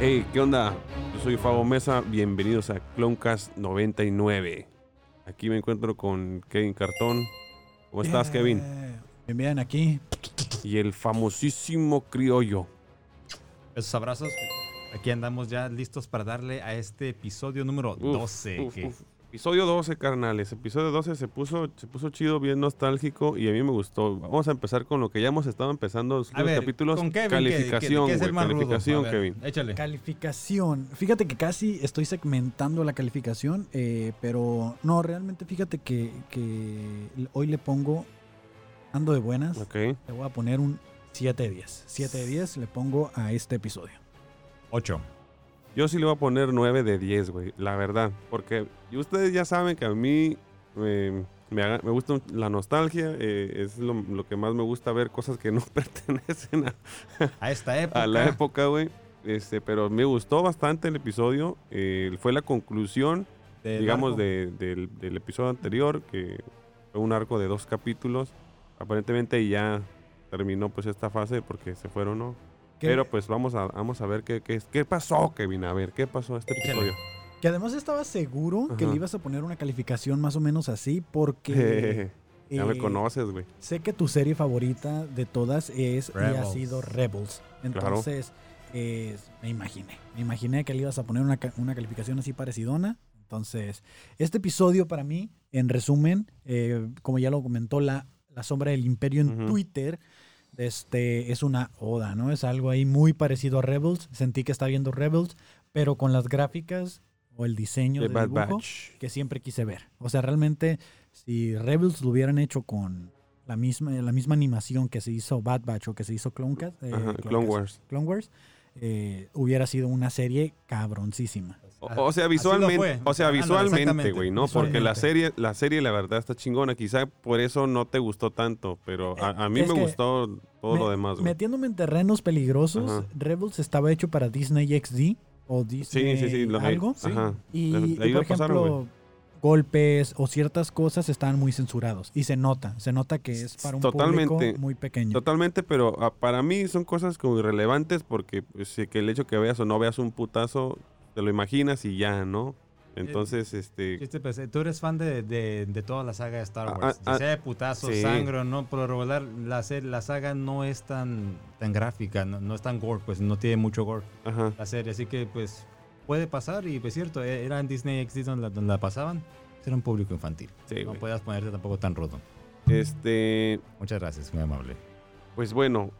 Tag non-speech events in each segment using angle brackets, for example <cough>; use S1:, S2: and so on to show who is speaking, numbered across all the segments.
S1: Hey, ¿qué onda? Yo soy Fabo Mesa, bienvenidos a Cloncast 99. Aquí me encuentro con Kevin Cartón. ¿Cómo estás, Kevin?
S2: Bien, bien, aquí.
S1: Y el famosísimo criollo.
S3: Esos abrazos. Aquí andamos ya listos para darle a este episodio número
S1: Uf,
S3: 12.
S1: uf,
S3: que-
S1: uf. Episodio 12, carnales. Episodio 12 se puso, se puso chido, bien nostálgico y a mí me gustó. Vamos a empezar con lo que ya hemos estado empezando los
S3: A
S1: últimos
S3: ver,
S1: capítulos.
S3: ¿con Kevin? ¿Qué-
S1: Calificación,
S3: qué- qué es el
S1: güey,
S3: más rudo?
S1: Calificación,
S3: A ver,
S1: Kevin. <laughs>
S3: Échale.
S2: Calificación. Fíjate que casi estoy segmentando la calificación, eh, pero no, realmente fíjate que, que hoy le pongo, ando de buenas,
S1: Ok.
S2: le voy a poner un 7 de 10. 7 de 10 le pongo a este episodio.
S3: 8.
S1: Yo sí le voy a poner 9 de 10, güey, la verdad. Porque y ustedes ya saben que a mí eh, me, haga- me gusta la nostalgia, eh, es lo, lo que más me gusta ver cosas que no <laughs> pertenecen a,
S3: A esta época.
S1: a la época, güey. Este, pero me gustó bastante el episodio. eh, fue la conclusión,
S3: del
S1: digamos,
S3: barco.
S1: de- del, del episodio anterior, que fue un arco de dos capítulos. Aparentemente ya terminó pues esta fase porque se fueron, ¿no?
S2: Que,
S1: Pero pues vamos a, vamos a ver qué, qué, es- qué pasó, Kevin. A ver, ¿qué pasó este
S3: Échale.
S1: episodio?
S2: que además estaba seguro que
S1: Ajá.
S2: le ibas a poner una calificación más o menos así, porque
S1: <laughs> ya me
S2: eh,
S1: conoces, güey.
S2: Sé que tu serie favorita de todas es y ha
S3: Rebels.
S2: sido Rebels.
S1: Claro.
S2: Entonces, eh, me imaginé. Me imaginé que le ibas a poner una, ca- una calificación así parecidona. Entonces, este episodio para mí, en resumen, eh, como ya lo comentó la, la sombra del imperio en
S1: Ujú.
S2: Twitter, este, es una oda, ¿no? Es algo ahí muy parecido a Rebels. Sentí que estaba viendo Rebels, pero con las gráficas o el diseño
S1: De
S2: del
S1: Bad
S2: dibujo
S1: Batch.
S2: que siempre quise ver. O sea, realmente, si Rebels lo hubieran hecho con la misma, la misma animación que se hizo Bad Batch o que se hizo Clone, Cast- eh,
S1: Ajá,
S2: Clone
S1: Clone
S2: Cast-
S1: Wars.
S2: Clone Wars, eh, hubiera sido una serie cabroncísima.
S1: O, o sea,
S3: Así lo
S1: visualmente,
S3: fue.
S1: o sea,
S3: Ándale,
S1: visualmente,
S3: exactamente.
S1: güey, ¿no? Porque la
S2: Visualmente.
S1: serie, la serie, la verdad, está chingona. Quizá por eso no te gustó tanto, pero a, a mí
S2: Es
S1: me
S2: que
S1: gustó todo
S2: me-
S1: lo demás, güey.
S2: Metiéndome en terrenos peligrosos,
S1: Ajá.
S2: Rebels estaba hecho para Disney XD o Disney
S1: Sí, sí, sí. los-
S2: algo.
S1: Ajá.
S2: Y,
S1: Ahí
S2: y,
S1: lo
S2: por
S1: pasaron,
S2: ejemplo, golpes o ciertas cosas están muy censurados. Y se nota, se nota que es para un
S1: Totalmente.
S2: público muy pequeño.
S1: Totalmente, pero ah, para mí son cosas como irrelevantes porque pues, sí que el hecho que veas o no veas un putazo, te lo imaginas y ya, ¿no? Entonces, este...
S3: Chiste, pues, eh, tú eres fan de, de- de toda la saga de Star
S1: Ah,
S3: Wars.
S1: ah,
S3: Ya sea de putazos,
S1: sí.
S3: sangre o no, por lo regular la, se- la saga no es tan, tan gráfica, no, no es tan gore, pues no tiene mucho gore
S1: Ajá.
S3: la serie. Así que pues puede pasar y pues cierto, eh, era en Disney XD donde la, donde la pasaban. Pues, Era un público infantil.
S1: Sí,
S3: no
S1: güey.
S3: podías ponerte tampoco tan roto.
S1: Este...
S3: Muchas gracias, muy amable.
S1: Pues bueno,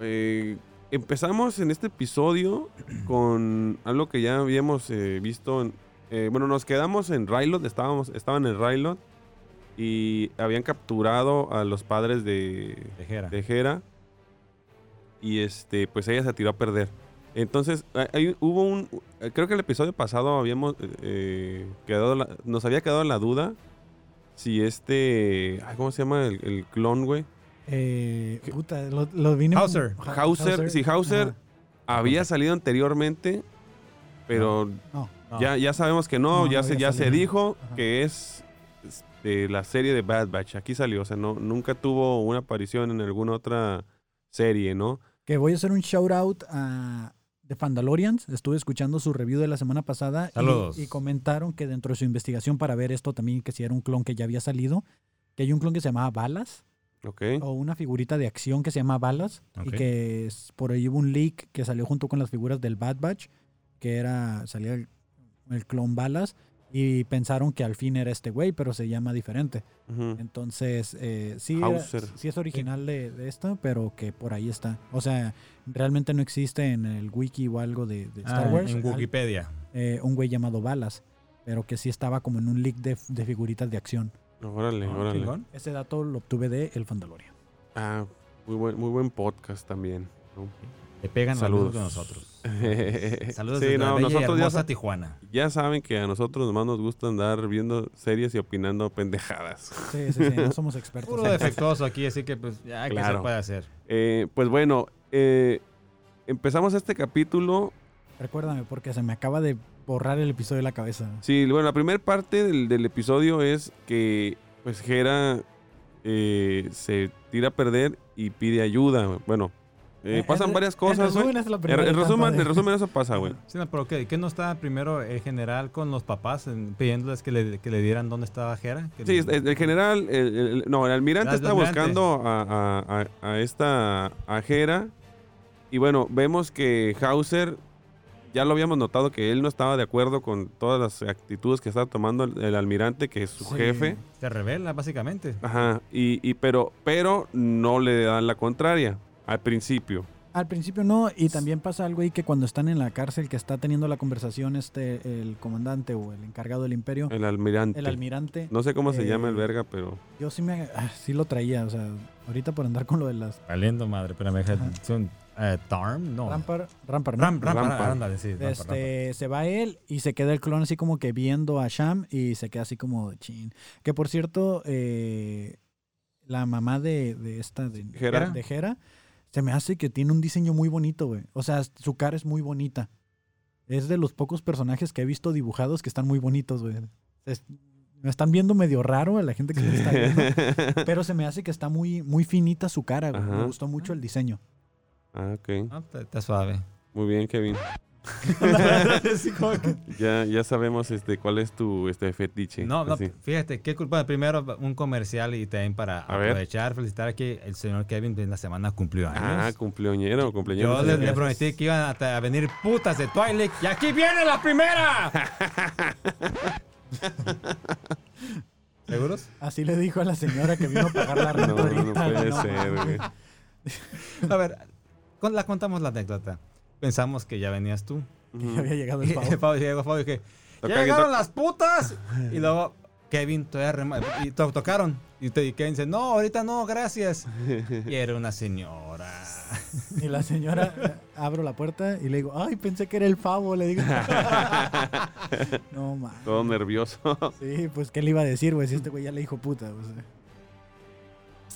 S1: eh, empezamos en este episodio con algo que ya habíamos eh, visto. en- eh, bueno, nos quedamos en Rylot, estábamos, estaban en Rylot y habían capturado a los padres de,
S3: Tejera.
S1: de Hera y este, pues ella se tiró a perder. Entonces, hay- hay- hubo un... Creo que el episodio pasado habíamos eh, eh, quedado... la- nos había quedado la duda si este... ay, ¿Cómo se llama? El, el clon, güey.
S2: Eh, puta, lo, lo vine.
S3: Hauser.
S2: Ha-
S1: Hauser, sí, Hauser
S2: Ajá.
S1: había salido anteriormente, pero
S2: No,
S3: No.
S1: ya, ya sabemos que no,
S2: No,
S1: ya,
S2: no
S1: se,
S2: había
S1: ya se
S2: salido.
S1: dijo
S2: Ajá.
S1: que es este, la serie de Bad Batch. Aquí salió, o sea, no, nunca tuvo una aparición en alguna otra serie, ¿no?
S2: que voy a hacer un shout out a The Fandalorians. Estuve escuchando su review de la semana pasada. y-
S3: Saludos.
S2: Y, comentaron que dentro de su investigación para ver esto también, que si era un clon que ya había salido, que hay un clon que se llamaba Balas
S1: Ok.
S3: Oh.
S2: o una figurita de acción que se llama Balas
S3: Ok.
S2: y que es- por ahí hubo un leak que salió junto con las figuras del Bad Batch, que era, salía el, el clon Balas y pensaron que al fin era este güey, pero se llama diferente.
S1: Ujú.
S2: Entonces, eh, sí, era-
S1: Hauser.
S2: sí es original de, de esto, pero que por ahí está. O sea, realmente no existe en el wiki o algo de, de Star
S3: Ah,
S2: Wars
S3: En
S2: al-
S3: Wikipedia.
S1: Ah,
S2: eh, un güey llamado Balas, pero que sí estaba como en un leak de, de figuritas de acción.
S1: Órale,
S3: Ah,
S1: órale.
S3: chingón.
S2: Ese dato lo obtuve de El Fandaloria.
S1: Ah, muy buen, muy buen podcast también. ¿no?
S3: Le pegan
S1: Saludos.
S3: saludos de nosotros.
S1: <laughs>
S3: Saludos
S1: Saludos
S3: desde
S1: sí,
S3: la
S1: no,
S3: bella y
S1: nosotros ya,
S3: hermosa
S1: sa-
S3: Tijuana.
S1: ya saben que a nosotros más nos gusta andar viendo series y opinando <laughs> pendejadas.
S2: Sí, sí, sí, no somos expertos.
S3: Puro defectuoso aquí, así que pues ya que
S1: Claro.
S3: se puede hacer.
S1: Eh, pues bueno, eh, empezamos este capítulo
S2: Recuérdame, porque se me acaba de borrar el episodio de la cabeza.
S1: Sí, bueno, la primera parte del, del episodio es que pues Hera eh, se tira a perder y pide ayuda. Bueno, Eh, pasan
S2: En-
S1: varias
S2: En
S1: cosas, güey.
S2: resumen, es la
S1: En,
S2: primera
S1: en
S2: etapa
S1: resumen,
S2: de-
S1: en resumen, eso pasa, güey.
S3: Sí, no, pero ¿qué, qué no estaba primero el general con los papás en- pidiéndoles que le, que le dieran dónde estaba Jera? Que
S1: Sí,
S3: le-
S1: es- el, el general, el- el- el- no, el almirante
S3: Ah, el
S1: está
S3: almirante.
S1: buscando a, a- a- a esta ajera. Y bueno, vemos que Hauser, ya lo habíamos notado que él no estaba de acuerdo con todas las actitudes que estaba tomando el, el almirante, que es su
S2: <laughs> Sí.
S1: jefe.
S3: Se revela, básicamente.
S1: Ajá, y, y pero, pero no le dan la contraria al principio.
S2: Al principio no, y también pasa algo ahí que cuando están en la cárcel, que está teniendo la conversación este el comandante o el encargado del imperio,
S1: El almirante.
S2: el almirante,
S1: no sé cómo se
S2: eh,
S1: llama el verga, pero.
S2: yo sí me ah, sí lo traía, o sea, ahorita por andar con lo de las
S3: Valiendo madre, pero me eh,
S2: Ajá.
S3: ¿Tarm? No.
S2: rampar, rampar, ¿no?
S3: Ram, ram,
S1: Rampa.
S3: ah, ándale, sí, rampa, rampa.
S2: Este, se va él y se queda el clon así como que viendo a Sham y se queda así como de chin. Que por cierto, eh, la mamá de, de esta, de
S1: Jera.
S2: de Jera, se me hace que tiene un diseño muy bonito, güey. O sea, su cara es muy bonita. Es de los pocos personajes que he visto dibujados que están muy bonitos, güey. Es- me están viendo medio raro a la gente que me <laughs>
S1: <laughs>
S2: está viendo. pero se me hace que está muy, muy finita su cara, güey.
S1: Ajá.
S2: Me gustó mucho el diseño.
S1: ah, ok.
S3: Ah, está, está
S1: <laughs>
S3: suave. <laughs>
S1: Muy bien, Kevin.
S3: Sí, como que-
S1: Ya, ya sabemos este cuál es tu este fetiche.
S3: No, pues, no,
S1: así.
S3: fíjate, qué culpa. Primero, un comercial y también para
S1: A ver.
S3: aprovechar, felicitar aquí el señor Kevin en la semana cumplió
S1: Ah,
S3: años.
S1: cumpleañero, cumpleañero.
S3: Yo le, le prometí
S1: <laughs>
S3: que iban a, a venir putas de Twilight y aquí viene la primera.
S1: <laughs>
S3: ¿Seguros?
S2: Así le dijo a la señora que vino a pagar la
S1: <laughs>
S2: renta
S1: No,
S2: ahorita,
S1: no puede
S2: güey, no
S1: ser,
S2: mames.
S1: güey.
S3: A ver, con- la contamos la anécdota. Pensamos que ya venías tú.
S2: que ya
S1: Ujú.
S2: <laughs> había llegado
S3: Mm. Y
S2: el pavo.
S3: Fabio llegó Fabio y dije,
S1: Toca-
S3: ¡Ya llegaron
S1: toca-
S3: las putas!
S1: <laughs>
S3: Y luego Kevin todavía rema- y to- tocaron. Y, te- y Kevin dice, no, ahorita no, gracias. Y era una señora.
S2: Y la señora
S3: <laughs>
S2: eh, abro la puerta y le digo, ay, pensé que era el pavo, le digo. no mames.
S1: Todo nervioso. <laughs>
S2: Sí, pues qué le iba a decir, güey, si este güey ya le dijo puta, o sea.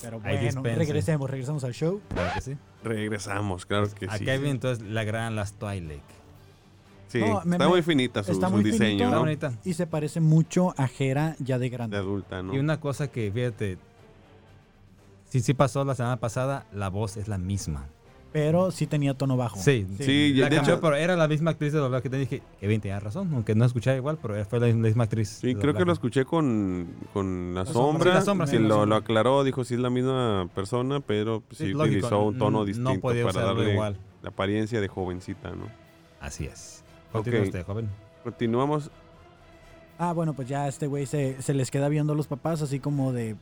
S2: Pero
S3: Ahí
S2: bueno,
S3: dispensen.
S2: regresemos, regresamos al show.
S3: Claro que sí.
S1: Regresamos, claro que
S3: A
S1: sí.
S3: Kevin entonces le agradan las Twilight.
S1: Sí,
S2: No, me-
S1: está
S2: me-
S1: muy finita su,
S2: está
S1: su
S2: muy
S1: diseño,
S2: finito.
S3: Está
S1: ¿no?
S3: bonita.
S2: Y se parece mucho a Jera ya de
S1: De
S2: grande.
S1: adulta, ¿no?
S3: Y una cosa que, fíjate, sí, sí pasó la semana pasada, la voz es la misma.
S2: Pero sí tenía tono bajo.
S3: Sí,
S1: Sí,
S3: La
S1: de
S3: cambió,
S1: hecho-
S3: pero era la misma actriz de doblaje que te dije, Kevin tenía razón, aunque no escuchaba igual, pero fue la la misma actriz.
S1: Sí,
S3: de
S1: creo que lo
S3: doblaje.
S1: escuché con, con la,
S2: La sombra.
S1: sombra.
S3: Sí, la sombra,
S1: que
S3: sí, la
S1: lo,
S3: sombra.
S1: lo aclaró, dijo sí es la misma persona, pero pues, sí,
S3: Sí, lógico,
S1: utilizó un tono
S3: no
S1: distinto
S3: podía
S1: para
S3: usarlo
S1: darle
S3: igual.
S1: la apariencia de jovencita, ¿no?
S3: Así es.
S1: Ok.
S3: Continúa usted, joven.
S1: Continuamos.
S2: Ah, bueno, pues ya este güey se, se les queda viendo a los papás, así como de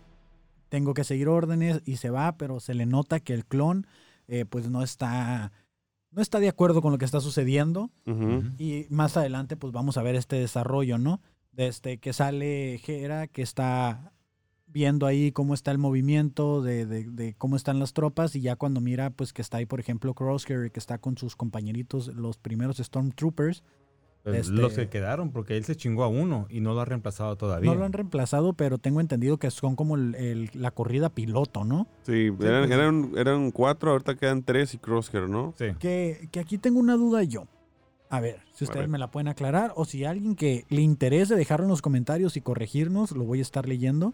S2: tengo que seguir órdenes y se va, pero se le nota que el clon, eh, pues no está, no está de acuerdo con lo que está sucediendo.
S1: Ujú.
S2: Y más adelante, pues vamos a ver este desarrollo, ¿no? Desde que sale Jera, que está viendo ahí cómo está el movimiento, de, de- de cómo están las tropas, y ya cuando mira, pues que está ahí, por ejemplo, Crosshair, que está con sus compañeritos, los primeros Stormtroopers,
S3: Pues,
S2: Este-
S3: Los que quedaron, porque él se chingó a uno y no lo ha reemplazado todavía.
S2: no lo han reemplazado, pero tengo entendido que son como el- el- la corrida piloto, ¿no?
S1: Sí,
S3: pues
S1: eran, eran, eran cuatro, ahorita quedan tres y Crosshair, ¿no?
S3: Sí.
S2: Que, que aquí tengo una duda yo. A ver, si ustedes
S1: ver.
S2: me la pueden aclarar o si alguien que le interese dejarlo en los comentarios y corregirnos, lo voy a estar leyendo.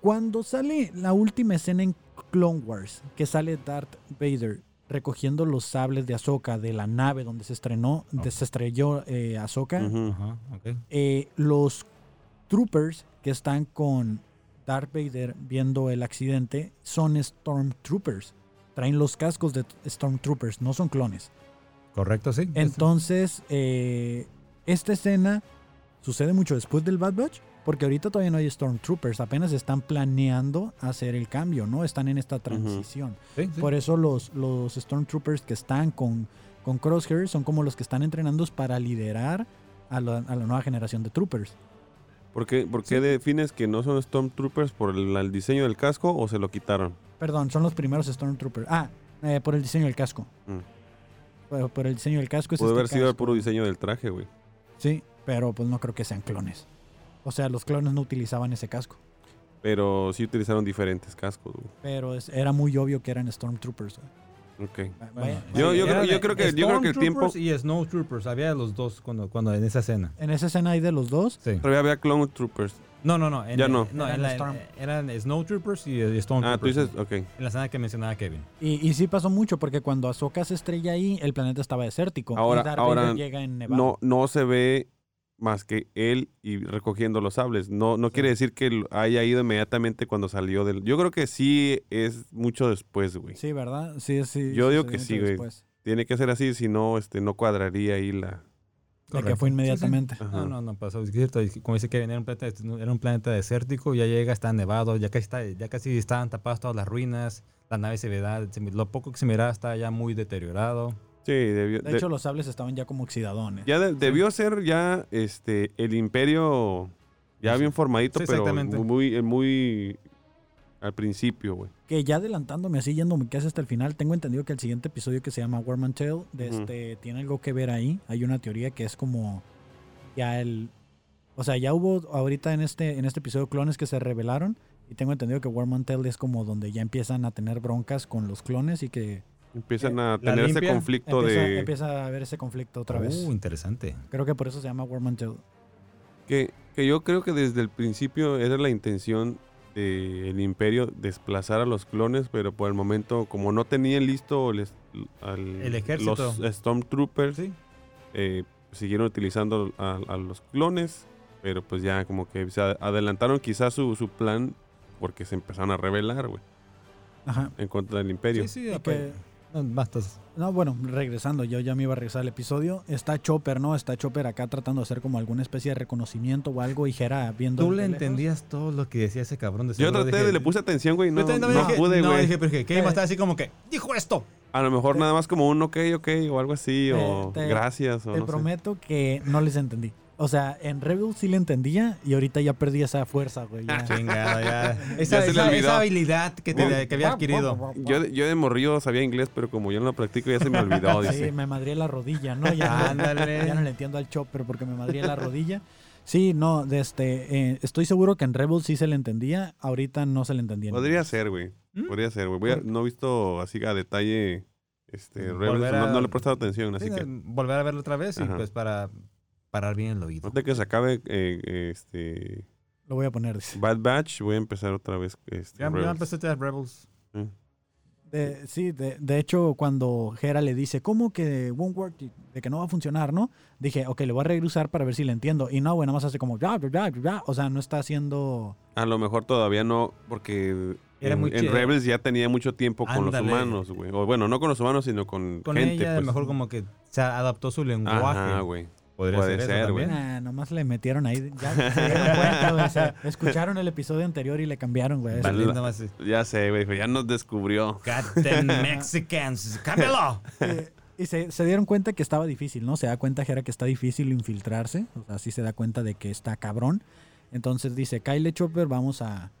S2: Cuando sale la última escena en Clone Wars, que sale Darth Vader recogiendo los sables de Ahsoka de la nave donde se estrenó, donde se estrelló eh, Ahsoka,
S1: Ujú.
S3: Ajá, ok.
S2: eh, los troopers que están con Darth Vader viendo el accidente son Stormtroopers. Traen los cascos de Stormtroopers, no son clones.
S3: Correcto, sí.
S2: Entonces, eh, esta escena sucede mucho después del Bad Batch, porque ahorita todavía no hay Stormtroopers, apenas están planeando hacer el cambio, ¿no? Están en esta transición.
S3: Sí, sí.
S2: Por eso los, los Stormtroopers que están con, con Crosshair son como los que están entrenando para liderar a la, a la nueva generación de Troopers.
S1: ¿Por qué, por qué defines que no son Stormtroopers por el, el diseño del casco o se lo quitaron?
S3: Pues
S2: Perdón, son los primeros Stormtroopers. Ah, eh, por el diseño del casco.
S1: Mm.
S2: Por, por el diseño del casco. Es
S1: Pudo
S2: este
S1: haber sido el
S2: casco.
S1: puro diseño del traje, güey.
S2: Sí, pero pues no creo que sean clones. O sea, los clones no utilizaban ese casco.
S1: Pero sí utilizaron diferentes cascos, güey.
S2: Pero es- era muy obvio que eran Stormtroopers. güey.
S1: Ok.
S2: Va-
S3: Bueno,
S2: vaya-
S1: Yo-
S3: sí,
S1: yo creo-
S3: era
S1: yo
S3: de
S1: creo que- yo creo que el tiempo-
S3: Stormtroopers Y Snowtroopers, había de los dos cuando, cuando en esa escena.
S2: En esa escena hay de los dos,
S3: Sí.
S1: Todavía había Clone Troopers.
S3: No, no, no. en-
S1: Ya no.
S3: en la-
S2: Storm.
S3: eran Snowtroopers y, y
S1: Ah, tú
S3: Stormtroopers.
S1: dices, ok.
S3: En la escena que mencionaba Kevin.
S2: Y, y sí pasó mucho, porque cuando Ahsoka se estrella ahí, el planeta estaba desértico.
S1: Ahora-
S2: y Darth
S1: ahora
S2: Vader llega en Nevada.
S1: No, no se ve más que él y recogiendo los sables. No, no quiere decir que lo haya ido inmediatamente cuando salió del. Yo creo que sí es mucho después, güey.
S2: Sí, ¿verdad? Sí, sí.
S1: Yo
S2: sí,
S1: digo
S2: se
S1: que
S2: mucho
S1: sí, güey.
S2: después
S1: Tiene que ser así, si no, este, no cuadraría ahí la.
S2: De que fue inmediatamente.
S1: Ajá.
S3: No, no, no pasó. Es cierto, es que como dice Kevin, era un planeta, era un planeta desértico, ya llega, está nevado, ya casi, está, ya casi estaban tapadas todas las ruinas, la nave se verá, lo poco que se miraba está ya muy deteriorado.
S1: Sí, debió.
S2: De
S1: de-
S2: hecho, los sables estaban ya como oxidadones.
S1: ya de- debió ser ya este el imperio ya
S3: Sí.
S1: bien formadito,
S3: Sí,
S1: pero
S3: exactamente.
S1: muy, muy al principio, güey.
S2: Que ya adelantándome así, yéndome casi hasta el final, tengo entendido que el siguiente episodio que se llama Warman Tale de
S1: Ujú.
S2: este, tiene algo que ver ahí. Hay una teoría que es como ya el... O sea, ya hubo ahorita en este, en este episodio clones que se revelaron y tengo entendido que Warman Tale es como donde ya empiezan a tener broncas con los clones y que
S1: Empiezan a
S3: Eh, la
S1: tener ese
S3: limpia
S1: conflicto
S2: empieza,
S1: de
S2: empieza a haber ese conflicto otra vez.
S3: Uh, interesante.
S2: Creo que por eso se llama Warman Tale.
S1: Que, que yo creo que desde el principio era la intención del imperio desplazar a los clones, pero por el momento, como no tenían listo el, es- al-
S3: El ejército.
S1: los Stormtroopers,
S3: Sí.
S1: eh, siguieron utilizando a, a los clones, pero pues ya como que se ad- adelantaron quizás su, su plan porque se empezaron a rebelar, güey,
S2: Ajá.
S1: en contra del imperio.
S3: Sí, sí,
S2: Y
S3: ok.
S2: que-
S3: No, bastas.
S2: No, bueno, regresando, yo ya me iba a regresar al episodio. Está Chopper, ¿no? Está Chopper acá tratando de hacer como alguna especie de reconocimiento o algo y Jera viendo.
S3: Tú
S2: de
S3: le
S2: lejos.
S3: entendías todo lo que decía ese cabrón de
S1: Yo
S3: seguro,
S1: traté,
S3: dije-
S1: de- le puse atención, güey, no,
S3: Yo también
S1: no,
S3: dije-
S1: pude,
S3: No,
S1: güey.
S3: dije, eh, pero que Kevin
S2: Eh.
S3: estaba así como que, dijo esto.
S1: a lo mejor
S2: Te-
S1: nada más como un ok, ok, o algo así,
S2: Te-
S3: eh,
S1: o
S2: te-
S1: gracias, o
S2: Te
S1: no sé.
S2: prometo que no les entendí. O sea, en Rebel sí le entendía y ahorita ya perdí esa fuerza, güey.
S3: <laughs>
S2: ya.
S3: Chingada,
S1: Ya
S3: ya. Esa,
S1: se le
S3: esa-
S1: olvidó.
S3: esa habilidad que, te,
S2: Ah,
S3: que había adquirido.
S1: Yo, de- yo de morrillo sabía inglés, pero como yo no lo practico, ya se me
S3: <laughs>
S1: olvidó.
S2: Sí,
S1: dice.
S2: me madrié la rodilla, ¿no? Ya, no-
S3: Ándale.
S2: ya no le entiendo al Chopper porque me madrié la rodilla. Sí, no, de este, eh, estoy seguro que en Rebel sí se le entendía, ahorita no se le entendía.
S1: Podría ser, güey.
S3: ¿Mm?
S1: Podría ser, güey. Voy a- No he visto así a detalle este,
S3: Volver
S1: Rebels, No,
S3: a-
S1: no le he prestado atención, así
S3: Sí,
S1: que.
S3: Volver a verlo otra vez y
S1: Ajá.
S3: pues para parar bien el oído.
S1: Antes de que se acabe eh, este,
S2: Lo voy a poner, dice.
S1: Bad Batch, voy a empezar otra vez. Este,
S3: Ya, ya
S1: Rebels.
S3: empecé a tener Rebels.
S2: De- sí, de, de hecho, cuando Hera le dice, ¿cómo que won't work? De que no va a funcionar, ¿no? Dije, ok, le voy a regresar para ver si le entiendo. Y no, bueno, más hace como, ya, ya, ya, ya. O sea, no está haciendo.
S1: A lo mejor todavía no, porque
S3: Era
S1: en,
S3: muy
S1: en
S3: chido.
S1: Rebels ya tenía mucho tiempo con
S3: Ándale.
S1: los humanos, güey. O bueno, no con los humanos, sino con,
S3: Con
S1: gente.
S3: ella, a
S1: pues.
S3: lo mejor como que se adaptó su lenguaje.
S1: Ajá, güey.
S3: Podría
S1: puede
S3: ser, eso
S1: ser, güey.
S3: también. Ah,
S2: Nah, nomás le metieron ahí. Ya
S3: <laughs>
S2: se dieron cuenta, güey, o sea, escucharon el episodio anterior y le cambiaron, güey.
S1: Vale.
S3: También nada más, eh,
S1: Ya sé, güey. Ya nos
S3: Ah,
S1: descubrió.
S3: <laughs> Goddamn Mexicans, cámbialo.
S2: Eh, Y se, se dieron cuenta que estaba difícil, ¿no? Se da cuenta Jera que está difícil infiltrarse. O sea, sí se da cuenta de que está cabrón. Entonces dice, Kyle Chopper, vamos a.